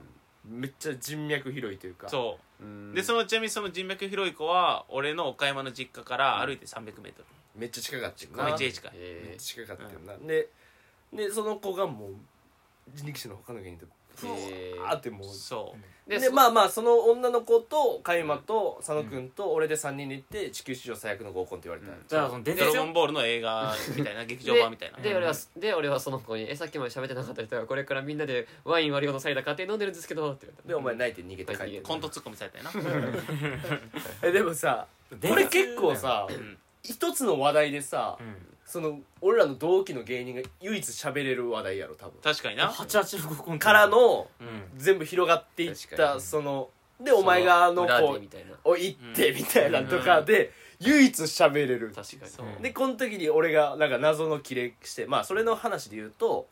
Speaker 1: めっちゃ人脈広いというか
Speaker 4: そううんでそのちなみにその人脈広い子は俺の岡山の実家から歩いて 300m
Speaker 1: めっちゃ近かったよな
Speaker 4: 小道へ近い
Speaker 1: めっ
Speaker 3: え
Speaker 1: ちゃ近かったよな、ででその子がもう人力車の他の芸人とブワーってもう
Speaker 4: そう
Speaker 1: で
Speaker 3: えでま
Speaker 1: まあまあその女の子と加山と佐野君と俺で3人で行って地球史上最悪の合コンって言われた、
Speaker 2: じゃあその伝
Speaker 4: ドラ
Speaker 2: 説
Speaker 4: ゴン
Speaker 2: よ
Speaker 4: ボールの映画み たいな劇場版みたいな
Speaker 3: でで俺はで俺はその子に「えさっきまで喋ってなかった人がこれからみんなでワイン割り落とされた家庭飲んでるんですけど」って言われた
Speaker 1: でお前泣いて逃げて帰って
Speaker 4: コントツッコミされたよな
Speaker 1: えでもさこれ結構さ
Speaker 4: ん
Speaker 1: 一つの話題でさ、
Speaker 2: うん
Speaker 1: その俺らの同期の芸人が唯一喋れる話題やろ多分
Speaker 4: 確かにな
Speaker 2: 88の合コン
Speaker 1: からの
Speaker 2: うん
Speaker 1: 全部広がっていっ
Speaker 3: 確か
Speaker 1: た
Speaker 3: に
Speaker 1: そのでお前があの
Speaker 3: 裏
Speaker 1: 子
Speaker 3: でみたいな
Speaker 1: を行ってみたいなとかで唯一喋れる
Speaker 3: 確かに
Speaker 4: そう
Speaker 1: でこの時に俺がなんか謎のキレしてまあそれの話で言うと、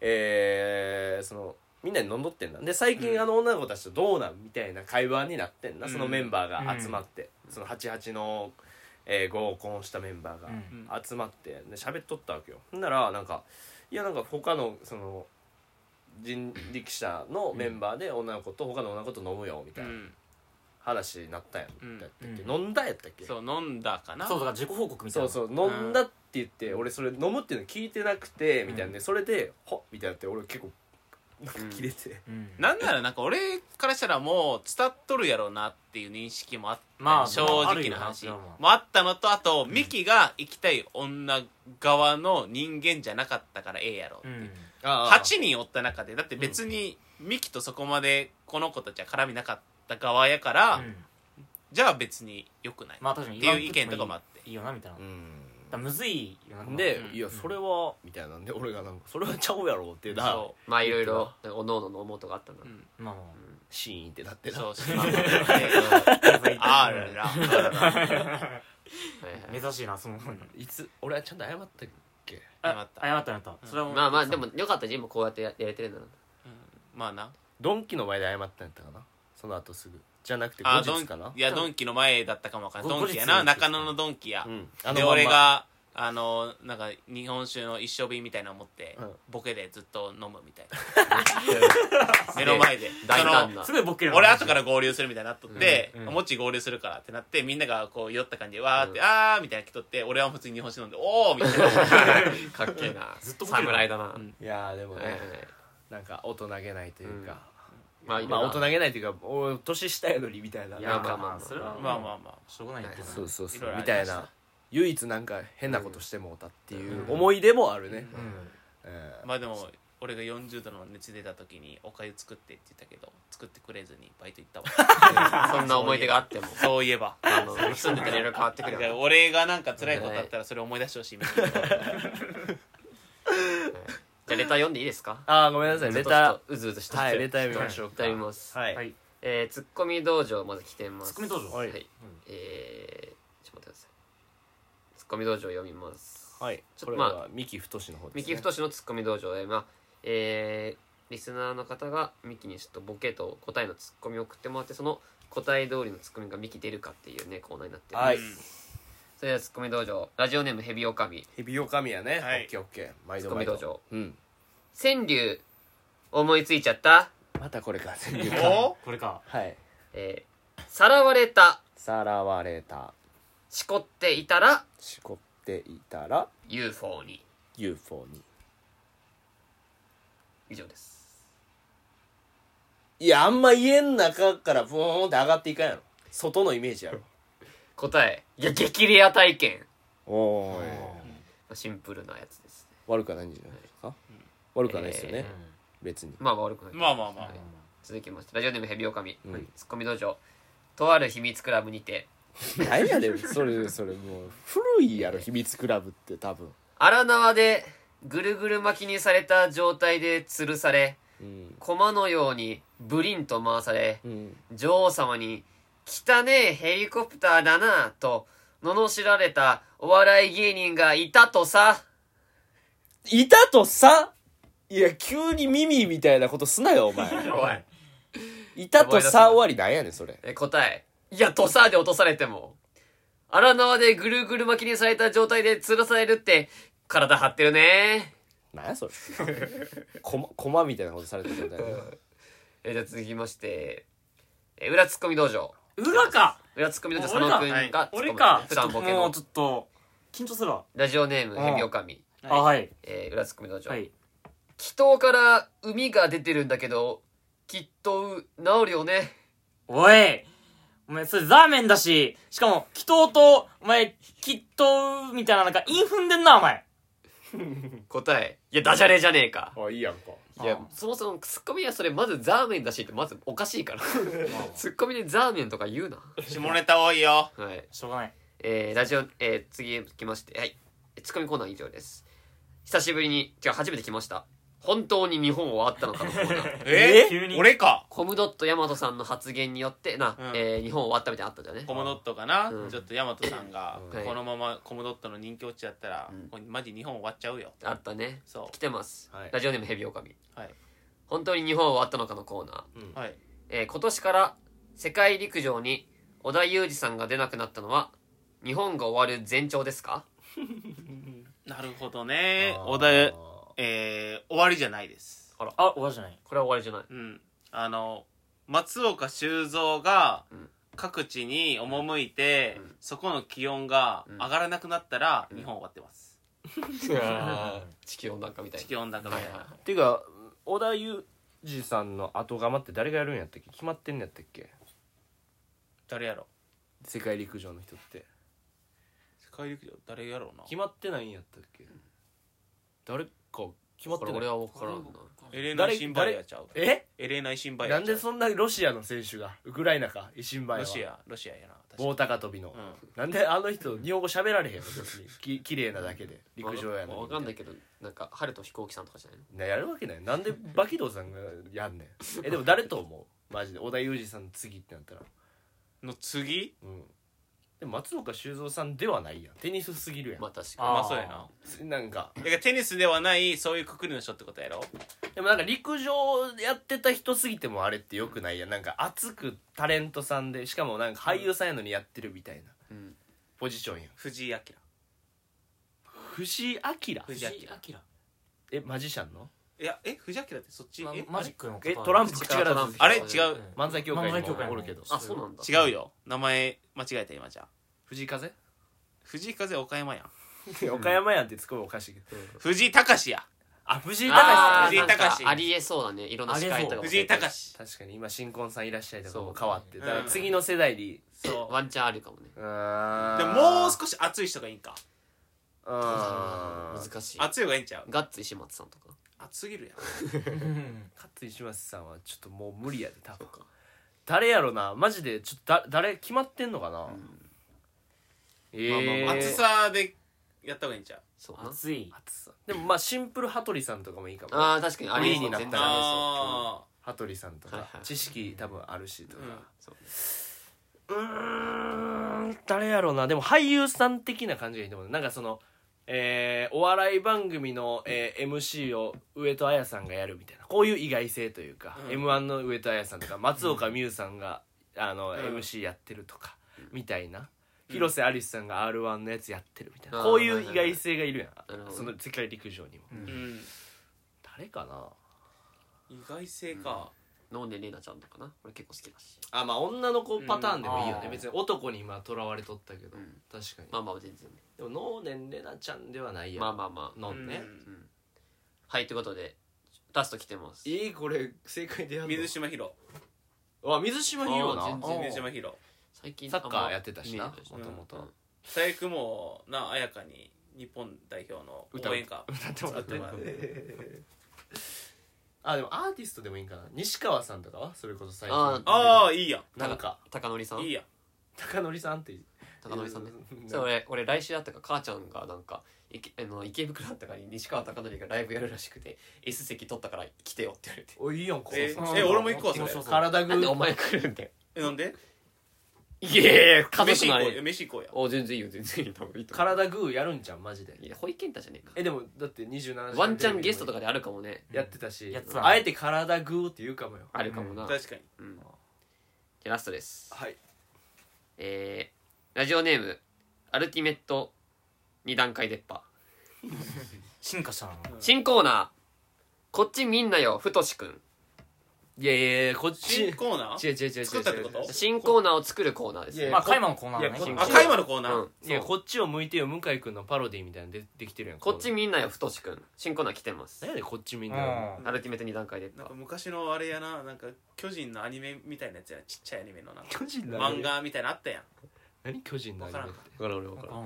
Speaker 1: えーそのみんなに飲んどってんだで最近あの女の子たちとどうなんみたいな会話になってんな、
Speaker 4: うん
Speaker 1: そのメンバーが集まって、その88の、えー合コンしたメンバーが
Speaker 2: うん
Speaker 1: 集まってで喋っとったわけよほんならなんかいやなんか他のその人力車のメンバーで女の子と他の女の子と飲むよみ
Speaker 4: う
Speaker 1: たいなん話になったんやんだったっけ、
Speaker 2: うん
Speaker 1: 飲んだやったっけ
Speaker 4: そう飲んだかな
Speaker 2: そうだから自己報告みたい
Speaker 1: そ
Speaker 2: な
Speaker 1: うそう飲んだって言って、俺それ飲むっていうの聞いてなくてみたいなんで、それで「ほっ」みたいになって俺結構なん か切れて、
Speaker 2: うん
Speaker 4: なんならなんか俺からしたらもう伝っとるやろうなっていう認識もあった、
Speaker 2: まあ
Speaker 4: 正
Speaker 2: ある
Speaker 4: 直
Speaker 2: よ
Speaker 4: な
Speaker 2: な
Speaker 4: 話
Speaker 2: それは
Speaker 4: も
Speaker 2: もう
Speaker 4: あったのとあとミキが行きたい女側の人間じゃなかったからええやろって
Speaker 2: う
Speaker 4: いう、
Speaker 2: ん
Speaker 1: ああ
Speaker 4: 8人おった中でだって別にミキとそこまでこの子たちは絡みなかった側やから、
Speaker 2: うん
Speaker 4: じゃあ別によくない、
Speaker 2: まあ確かに
Speaker 4: っていう意見とかもあっ
Speaker 2: いいよなみたいなだからむずいよな
Speaker 1: うんで、
Speaker 4: うん
Speaker 1: いやそれは」みたいなんで俺がなんか「それはちゃうやろ」ってな
Speaker 4: そ
Speaker 3: まあいろいろなんかおのおのの思うとがあったんだ
Speaker 4: う、うん、
Speaker 2: まあま
Speaker 1: シーンってなって
Speaker 4: で
Speaker 1: な
Speaker 4: そうし
Speaker 2: あ
Speaker 4: あららあらら
Speaker 2: 目指しいなその
Speaker 1: いつ俺はちゃんと謝ったっけ
Speaker 4: 謝った
Speaker 2: 謝った謝ったそれはう
Speaker 3: まあまあでもよかったじゃん今こうやってややれてるんだな
Speaker 4: まあな
Speaker 1: ドンキの前で謝ったんやったかなその後すぐじゃなくて後
Speaker 4: あド
Speaker 1: 日
Speaker 4: ン
Speaker 1: かない
Speaker 4: やドンキの前だったかもわかんない
Speaker 2: 後
Speaker 4: ドン
Speaker 2: 日
Speaker 4: キや
Speaker 2: です
Speaker 4: な
Speaker 2: ね
Speaker 4: 中野のドンキや、
Speaker 1: うん
Speaker 4: で俺があのなんか日本酒の一升瓶みたいなの持って、
Speaker 1: うん
Speaker 4: ボケでずっと飲むみたいな
Speaker 3: す
Speaker 4: 目
Speaker 3: げえ
Speaker 4: の前で
Speaker 3: 大胆
Speaker 4: そ
Speaker 3: な
Speaker 2: すごいボケる
Speaker 4: の
Speaker 2: な
Speaker 4: 俺後から合流するみたいになっとって、
Speaker 2: うんうん
Speaker 4: もっち合流するからってなってみんながこう酔った感じでわーって、
Speaker 3: う
Speaker 4: あーみたいな来とって俺は普通に日本酒飲んでおーみたいな
Speaker 3: かっけえな
Speaker 2: ずっとボケる
Speaker 3: 侍だな、
Speaker 4: うん
Speaker 1: いやーでも
Speaker 3: はいはいは
Speaker 1: ね
Speaker 3: い
Speaker 1: なんか大人げないというか、
Speaker 3: まあいろい
Speaker 1: ま
Speaker 3: ろ
Speaker 1: あ大人げないというかお年下やのにみたいない
Speaker 3: いや
Speaker 2: や
Speaker 3: ま
Speaker 2: ま
Speaker 3: あ
Speaker 2: あ
Speaker 3: まあ
Speaker 2: ま
Speaker 3: まあ
Speaker 2: あそれは
Speaker 4: まあまあまあ
Speaker 2: しょうがないけど
Speaker 1: そうそう
Speaker 4: い
Speaker 1: そ
Speaker 4: ろいうろ
Speaker 1: みたい
Speaker 4: ありま
Speaker 1: な唯一なんか変なことしてもうたっていう
Speaker 2: うん
Speaker 1: 思い出もあるね、
Speaker 2: うん
Speaker 1: えー
Speaker 4: まあでも俺が40度の熱出た時におかゆ作ってって言ったけど作ってくれずにバイト行ったわ
Speaker 3: そんな思い出があっても
Speaker 4: そういえば
Speaker 3: あの住んでたらいろいろ変わってくるよ
Speaker 4: 俺がなんか辛いことあったらそれ思い出してほしいみたい な
Speaker 3: じゃあレター読んでいいですか
Speaker 1: ああごめんなさいレタ
Speaker 3: ちょっとうずうずし
Speaker 1: ー
Speaker 3: た
Speaker 1: はいレター見ましょう
Speaker 3: いただきます
Speaker 1: は
Speaker 2: はいい
Speaker 3: えー、ツッコミ道場まず来てます
Speaker 2: ツッコミ道場
Speaker 3: は、
Speaker 1: はいい
Speaker 3: えー、ちょっと待ってくださいツッコミ道場読みます
Speaker 1: はい
Speaker 3: ちょっと
Speaker 1: これ
Speaker 3: ま
Speaker 1: は三木太の方です、ね、
Speaker 3: 三木太のツッコミ道場で、まあえー、リスナーの方がミキにちょっとボケと答えのツッコミを送ってもらってその答え通りのツッコミがミキ出るかっていうねコーナーになってます、
Speaker 1: はい
Speaker 3: それではツッコミ道場ラジオネームヘビオカミ
Speaker 1: ヘビオカミやね、
Speaker 4: はい
Speaker 1: オッケーオッケー毎
Speaker 3: ツッ
Speaker 1: 度
Speaker 3: コミ
Speaker 1: 毎度
Speaker 3: 道場
Speaker 1: うん
Speaker 3: 川柳思いついちゃった、
Speaker 1: またこれか川柳か
Speaker 4: お
Speaker 2: これか
Speaker 1: はい
Speaker 3: えー、さらわれた
Speaker 1: さらわれた
Speaker 3: しこっていたら
Speaker 1: しこっていたら
Speaker 3: UFO に
Speaker 1: UFO に
Speaker 3: 以上です
Speaker 1: いやあんま家の中からブーンって上がっていかんやろ外のイメージやろ
Speaker 3: 答えいや激レア体験
Speaker 1: おーい
Speaker 3: シンプルなやつですね
Speaker 1: 悪くはないんじゃないですか、悪くはないですよね、
Speaker 3: え
Speaker 1: 別に
Speaker 3: まあ悪くない
Speaker 4: まあまあまあ
Speaker 3: 続きましてラジオネームヘビオカミ、
Speaker 1: うん
Speaker 3: ツッコミ道場とある秘密クラブにて
Speaker 1: 何やでそれそれもう古いやろ秘密クラブって多分
Speaker 3: 荒縄でぐるぐる巻きにされた状態で吊るされ
Speaker 1: うん
Speaker 3: 駒のようにブリンと回され
Speaker 1: うん
Speaker 3: 女王様に「汚ねえヘリコプターだな」と罵られたお笑い芸人がいたとさ
Speaker 1: いたとさいや急に耳みたいなことすなよお前
Speaker 3: おい
Speaker 1: いたとさ終わりなんやねんそれ
Speaker 3: え答えいやとさで落とされても荒縄でぐるぐる巻きにされた状態で吊るされるって体張ってるね
Speaker 1: なんやそれコマ コマみたいなことされてるみたいな
Speaker 3: えーじゃあ続きまして、えー裏ツッコミ道場
Speaker 2: 裏か
Speaker 3: 裏ツッコミ道場佐
Speaker 2: 俺
Speaker 3: 野
Speaker 2: か
Speaker 3: くん
Speaker 4: はい
Speaker 3: がツッコむ
Speaker 2: 俺か
Speaker 3: 普段ボケ
Speaker 2: も
Speaker 3: の
Speaker 2: うちょっと緊張するわ
Speaker 3: ラジオネームヘビオカミ、
Speaker 2: あはい
Speaker 3: えー裏ツッコミ道場、
Speaker 2: はい
Speaker 3: 祈祷から海が出てるんだけどきっと治るよね
Speaker 2: おいお前、それザーメンだし、しかも、祈祷と、お前、きっと、みたいな、なんか、陰踏んでんな、お前。
Speaker 3: 答えいやダジャレじゃねえか
Speaker 1: あいいやんか
Speaker 3: いや
Speaker 2: あ
Speaker 3: そもそもツッコミはそれまずザーメンだしってまずおかしい からツッコミでザーメンとか言うな
Speaker 4: 下ネタ多いよ
Speaker 3: はい
Speaker 2: しょうがない。
Speaker 3: えーラジオ、えー次来まして、はい。ツッコミコーナー以上です。久しぶりに、違う、初めて来ました。本当に日本はあったのかのコーナー。
Speaker 4: え
Speaker 2: 急に
Speaker 4: 俺か
Speaker 3: コムドットヤマトさんの発言によって、な、
Speaker 4: うん
Speaker 3: えー日本はあったみたいなのあったじゃんね
Speaker 4: コ。ムドットかな、
Speaker 3: うん
Speaker 4: ちょっと大和さんが、
Speaker 3: うん
Speaker 4: このままコムドットの人気落ちやったら、
Speaker 3: うん
Speaker 4: これマジ日本終わっちゃうよ
Speaker 3: あったね。
Speaker 4: そ
Speaker 3: 来てます。
Speaker 1: はい
Speaker 3: ラジオネームヘビオカミ。
Speaker 4: うはい
Speaker 3: 本当に日本はあったのかのコーナー。
Speaker 4: はい
Speaker 3: えー今年から世界陸上に織田裕二さんが出なくなったのは、日本が終わる前兆ですか
Speaker 4: なるほどね
Speaker 1: あー
Speaker 4: お題えー、終わりじゃないです
Speaker 2: あ、おばじゃない。
Speaker 3: これは終わりじゃない。
Speaker 4: うんあの松岡修造が
Speaker 3: うん
Speaker 4: 各地に赴いて、
Speaker 3: うん
Speaker 4: そこの気温が
Speaker 3: うん
Speaker 4: 上がらなくなったら、
Speaker 3: うん
Speaker 4: 日本終わってます
Speaker 3: 地球温暖化みたい
Speaker 4: 地球温暖化
Speaker 3: な。
Speaker 4: み
Speaker 3: はい
Speaker 4: たい
Speaker 3: はい
Speaker 4: な
Speaker 1: ていうか小田裕二さんの後釜って誰がやるんやったっけ決まってんのやったっけ
Speaker 4: 誰やろ
Speaker 1: 世界陸上の人って
Speaker 4: 世界陸上誰やろうな
Speaker 1: 決まってないんやったっけ誰か決まって
Speaker 3: これ
Speaker 1: ない
Speaker 3: 俺は分からんな。
Speaker 4: エレナ・シンバイアちゃう
Speaker 1: え
Speaker 4: エレナ・シンバイ
Speaker 1: な
Speaker 4: ア
Speaker 1: ん
Speaker 4: ちゃ
Speaker 1: で
Speaker 4: う
Speaker 1: そんなロシアの選手がウクライナか維新前は
Speaker 4: ロシアロシアやな確か
Speaker 1: 棒高跳びの、
Speaker 4: うん
Speaker 1: なんであの人日本語喋られへんの別にき 綺麗なだけで陸上やのに
Speaker 3: わかんないけどなんか春と飛行機さんとかじゃないの
Speaker 1: なやるわけないなんでバキドウさんがやんねんえでも誰と思うマジで織田裕二さんの次ってなったら
Speaker 4: の次
Speaker 1: うんでも松岡修造さんではないやんテニスすぎるやん、
Speaker 3: まあ確
Speaker 2: あ
Speaker 3: か
Speaker 4: ま
Speaker 2: ー
Speaker 4: あそうやな
Speaker 1: なんか
Speaker 4: だからテニスではないそういうくくりの人ってことやろ
Speaker 1: でもなんか陸上やってた人すぎてもあれってよくないやんなんか熱くタレントさんでしかもなんか俳優さんやのにやってるみたいな
Speaker 3: に、うん、
Speaker 1: ポジションやん
Speaker 4: 藤井明
Speaker 1: 藤井明
Speaker 4: 藤井明
Speaker 2: キラ。
Speaker 1: えマジシャンの
Speaker 4: いやえ藤井明ってそっち
Speaker 2: ま
Speaker 4: え
Speaker 2: マジックのこと
Speaker 1: えトランプ
Speaker 3: 口からトランプ
Speaker 1: 口
Speaker 4: あれ違う
Speaker 2: うん
Speaker 1: 漫才協会にもおるけど
Speaker 2: 漫才協会にも
Speaker 3: あそうなんだ
Speaker 4: 違うよ名前間違えた今じゃあ
Speaker 1: 藤井風
Speaker 4: 藤井風岡山やん
Speaker 1: 岡山やんってツッコミおかしいけど
Speaker 4: 藤井隆や
Speaker 1: あ藤井
Speaker 3: あー
Speaker 1: 隆
Speaker 4: 藤井隆
Speaker 3: なんかありえそうだねいろんな司会とかも
Speaker 4: 藤井隆
Speaker 1: さん確かに今新婚さんいらっしゃいとかも
Speaker 3: そう
Speaker 1: 変わってだから
Speaker 4: うん
Speaker 1: 次の世代に
Speaker 4: そ
Speaker 3: ワンチャンあるかもね
Speaker 1: うー
Speaker 4: うんでももう少し熱い人がいいんか
Speaker 1: うーん
Speaker 3: 難しい
Speaker 4: 熱い方がいいんちゃう
Speaker 3: ガッツ石松さんとか
Speaker 4: 熱すぎるやん
Speaker 2: うん
Speaker 1: 勝石松さんはちょっともう無理やで多分誰やろなマジでちょっとだ誰決まってんのかな、ええ
Speaker 3: まあまあ
Speaker 4: 熱さでやった方がいいんちゃ
Speaker 3: そうな
Speaker 2: 熱い。
Speaker 1: 暑さでもまあシンプル羽鳥さんとかもいいかも
Speaker 3: あー確かにありえそう
Speaker 1: フリーになった
Speaker 3: 全
Speaker 1: か
Speaker 3: 然
Speaker 1: ら
Speaker 3: あ
Speaker 1: ね
Speaker 4: う
Speaker 1: 羽鳥さんと
Speaker 3: はい
Speaker 1: か
Speaker 3: はい
Speaker 1: 知識多分あるしとか
Speaker 3: そうね
Speaker 1: うーん誰やろうなでも俳優さん的な感じがいいと思うなんかそのえーお笑い番組の、えー MC を上戸彩さんがやるみたいなこういう意外性というか、
Speaker 4: うん
Speaker 1: m 1の上戸彩さんとか松岡美優さんが、あの
Speaker 4: ん
Speaker 1: MC やってるとか、みたいな広瀬アリスさんが r 1のやつやってるみたいな、
Speaker 3: あー
Speaker 1: こういう意外性がいるや
Speaker 3: なるほ
Speaker 1: ん
Speaker 3: ど
Speaker 1: その世界陸上にも、
Speaker 2: うん
Speaker 4: うん
Speaker 1: 誰かな
Speaker 4: 意外性か
Speaker 3: 飲んでレナちゃんとかな俺結構好きだし
Speaker 1: あまあ女の子パターンでもいいよね、
Speaker 2: うん
Speaker 1: 別に男に今とらわれとったけど、
Speaker 3: うん
Speaker 1: 確かに、
Speaker 3: まあまあ全然ね
Speaker 1: でも能年玲奈ちゃんではないやん
Speaker 3: まあまあまあ
Speaker 1: のね、
Speaker 3: うんはいということでラスト来てます
Speaker 1: いいこれ正解でや
Speaker 4: う
Speaker 1: る
Speaker 4: ん
Speaker 1: の
Speaker 4: 水島ヒロ
Speaker 1: あ水島ヒーローな
Speaker 3: あー 全然
Speaker 1: あー
Speaker 4: 水島ヒロ
Speaker 3: 最近
Speaker 1: サッカーやってたしな
Speaker 3: あんまイメージない
Speaker 4: もと
Speaker 1: もと
Speaker 3: うん
Speaker 4: 最悪もうな綾香に日本代表の応援歌
Speaker 1: 歌ってもらっ
Speaker 4: 歌ってもら
Speaker 1: てあでもアーティストでもいいんかな西川さんとかはそれこそ最
Speaker 3: あ
Speaker 1: 近
Speaker 3: ー
Speaker 4: ああいいや
Speaker 1: なんか
Speaker 3: 高典さん
Speaker 4: んいいやん
Speaker 1: 高典さんって
Speaker 3: 高典さんね
Speaker 1: うん
Speaker 3: そう俺俺来週だったか母ちゃんがなんか池あの池袋だったかに西川貴教がライブやるらしくて S 席取ったから来てよって言われて
Speaker 1: おいいやんこ
Speaker 4: え
Speaker 1: そうそう
Speaker 4: え俺も行くわそれ
Speaker 2: そうそう
Speaker 1: 体グ
Speaker 3: なんでお
Speaker 1: ー
Speaker 3: 前来るんだよ
Speaker 4: えなんで
Speaker 3: いやいや家
Speaker 4: 飯
Speaker 3: 族
Speaker 4: 行
Speaker 3: な
Speaker 4: こ
Speaker 3: の
Speaker 4: うよ
Speaker 3: に
Speaker 4: 飯行こうや
Speaker 3: お全然いいよ全然いいよ多分いいと思
Speaker 1: 体グーやるんじゃんマジで
Speaker 3: ういや保育園だじゃねえか
Speaker 1: えでもだって27時間
Speaker 3: ワンチャンゲストと
Speaker 1: か
Speaker 3: かであるかもね
Speaker 1: やってたし
Speaker 2: やってた
Speaker 1: あえて体グーって言うかもよ
Speaker 3: あるかもな、うん、じ
Speaker 4: 確かに
Speaker 3: ゃあラストです
Speaker 1: はい
Speaker 3: えー、ラジオネームアルティメット二段階出っ歯
Speaker 2: 進化したな
Speaker 3: 新コーナーこっちみんなよふとしくん
Speaker 1: いやいやいやこっち
Speaker 4: 新コーナー
Speaker 1: 違う違う違う違う
Speaker 4: 作ったってこと
Speaker 3: 新コーナーを作るコーナーです
Speaker 1: いや
Speaker 3: ね
Speaker 2: まあカイマのコーナー
Speaker 1: いや
Speaker 2: ね
Speaker 1: こ
Speaker 2: 進
Speaker 1: っ
Speaker 2: 化
Speaker 4: あ
Speaker 1: ち
Speaker 4: カイマのコーナ
Speaker 3: う
Speaker 4: ー
Speaker 3: ん、
Speaker 1: いやこっちを向いてよ向井君のパロディみたいなのでできてるやん
Speaker 3: こっちみんなよふとしくん新コーナー来てます
Speaker 1: 何やねんこっちみん
Speaker 2: う
Speaker 1: なよ、
Speaker 2: ん
Speaker 3: アルティメット二段階出っ
Speaker 4: なん
Speaker 3: 歯
Speaker 4: か昔のあれやななんか巨人のアニメみたいなやつやなちっちゃいアニメのなん か
Speaker 1: 巨人のアニメ
Speaker 4: 漫画みたいなのあったやん
Speaker 1: 何巨人のアニメって
Speaker 4: わか
Speaker 3: 分からん俺分からん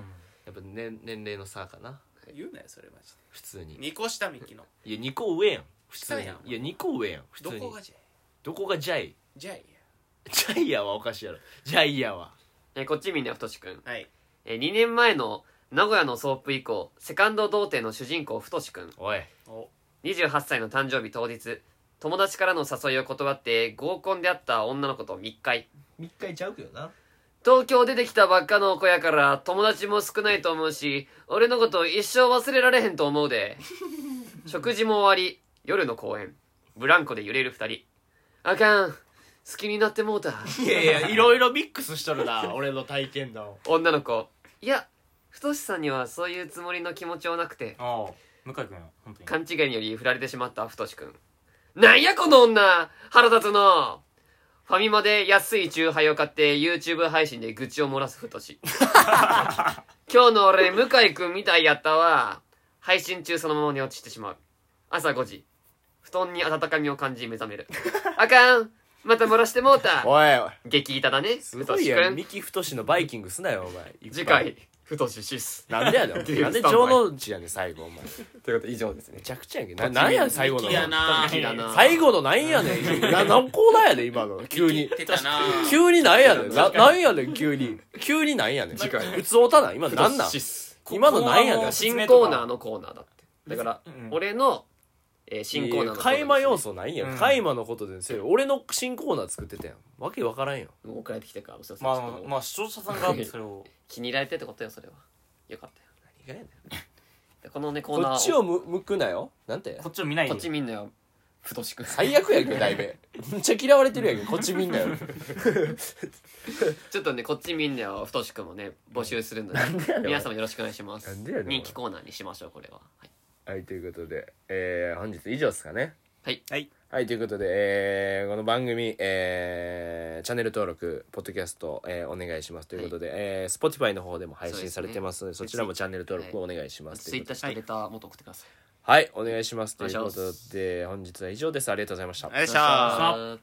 Speaker 1: やっぱ年年齢の差かな
Speaker 4: 言うなよそれマジ
Speaker 1: 普通に
Speaker 4: で2個下ミキの
Speaker 1: いや2個上やん普通にい
Speaker 4: 下
Speaker 1: や
Speaker 4: やん
Speaker 1: 2個上やん普
Speaker 4: ど
Speaker 1: 通に
Speaker 4: こがじゃい
Speaker 1: どこがジャイ
Speaker 4: じゃい
Speaker 1: ジャイヤはおかしいやろジャイヤは
Speaker 3: えーこっちみんなよふとしくん
Speaker 4: やはい
Speaker 3: えー2年前の名古屋のソープ以降セカンド童貞の主人公ふとしくん
Speaker 1: おい
Speaker 4: お
Speaker 3: 28歳の誕生日当日友達からの誘いを断って合コンであった女の子と密会
Speaker 1: 3日ちゃうけどな
Speaker 3: 東京出てきたばっかの子やから友達も少ないと思うし俺のこと一生忘れられへんと思うで食事も終わり夜の公園ブランコで揺れる二人あかん好きになってもうた
Speaker 1: いやいやいろいろミックスしとるな 俺の体験談を
Speaker 3: 女の子いや太さんにはそういうつもりの気持ちはなくて
Speaker 2: ああ向井君本当
Speaker 3: 勘
Speaker 2: に
Speaker 3: 違いにより振られてしまった太くんなんやこの女腹立つのファミマで安いチューハイを買って YouTube 配信で愚痴を漏らす 太し今日の俺向井くんみたいやったわ配信中そのまま寝落ちしてしまう朝5時布団に温かみを感じ目覚めるあかんまた漏らしてもうた
Speaker 1: おいおい
Speaker 3: 激イタだね
Speaker 1: す
Speaker 3: 太
Speaker 1: ごい
Speaker 3: し
Speaker 1: や
Speaker 3: く
Speaker 1: ん
Speaker 3: ん
Speaker 1: ミキ太のバイキングすなよお前
Speaker 3: 次回太しシス
Speaker 1: なんでやねん お前なんで城之内やねん最 後お前
Speaker 3: ということで以上ですね
Speaker 1: めちゃくちゃやんけななんやねん最後の
Speaker 4: ミキやな
Speaker 3: ミキやな
Speaker 1: 最後のなんやねんな何コーナーやねん今の急に
Speaker 4: 言ってたな
Speaker 1: 急になんやねんななんやねん急に急になんやねん
Speaker 3: 次回
Speaker 1: 普通おたな今
Speaker 3: 太
Speaker 1: なんなん
Speaker 3: シス
Speaker 1: 今のなんやね
Speaker 2: ここはも
Speaker 1: ん
Speaker 2: う
Speaker 3: 新コーナーのコーナーだってだから、
Speaker 2: うん
Speaker 3: 俺の、えー新コーナーのコーナーですね
Speaker 1: 会話要素ないや
Speaker 2: うんん
Speaker 1: 会話のことでせよ俺の新コーナー作ってたやんわけわからんよ
Speaker 3: もう送られてきてるからお知らせ
Speaker 2: ま
Speaker 3: ちょっと
Speaker 2: あ
Speaker 3: もう
Speaker 2: まあ視聴者さんがそれを
Speaker 3: 気に入られてってことよそれはよかったよ
Speaker 1: 何がやねん
Speaker 3: でこのねコーナー
Speaker 1: こっちをむ向くなよなんて
Speaker 2: こっちを見ない
Speaker 3: こ
Speaker 2: で
Speaker 3: っちみんなよふとしくん
Speaker 1: 最悪やんけだいぶめっちゃ嫌われてるやんけこっちみんなよ
Speaker 3: ちょっとねこっちみんなよふとしくんもね募集するので皆様よろしくお願いします
Speaker 1: なんでやねんお前
Speaker 3: 人気コーナーにしましょうこれは、はい、
Speaker 1: はい、ということで、えー、本日以上ですかね。
Speaker 3: はい
Speaker 4: はい。
Speaker 1: はい、ということで、えー、この番組、えー、チャンネル登録、ポッドキャスト、えー、お願いしますということで、えー、Spotify の方でも配信されてますので、そ,、ちらもチャンネル登録をお願いしますと
Speaker 3: ツ
Speaker 1: い
Speaker 3: イ
Speaker 1: う
Speaker 3: ッ
Speaker 1: こと
Speaker 3: ターしたレターもっと送ってください
Speaker 1: で。はい、お願いしますという
Speaker 3: お願
Speaker 1: こ
Speaker 3: いしま
Speaker 1: と
Speaker 3: す
Speaker 1: で、本日は以上です。ありがとうございました。
Speaker 4: よいしょー
Speaker 3: よいしょ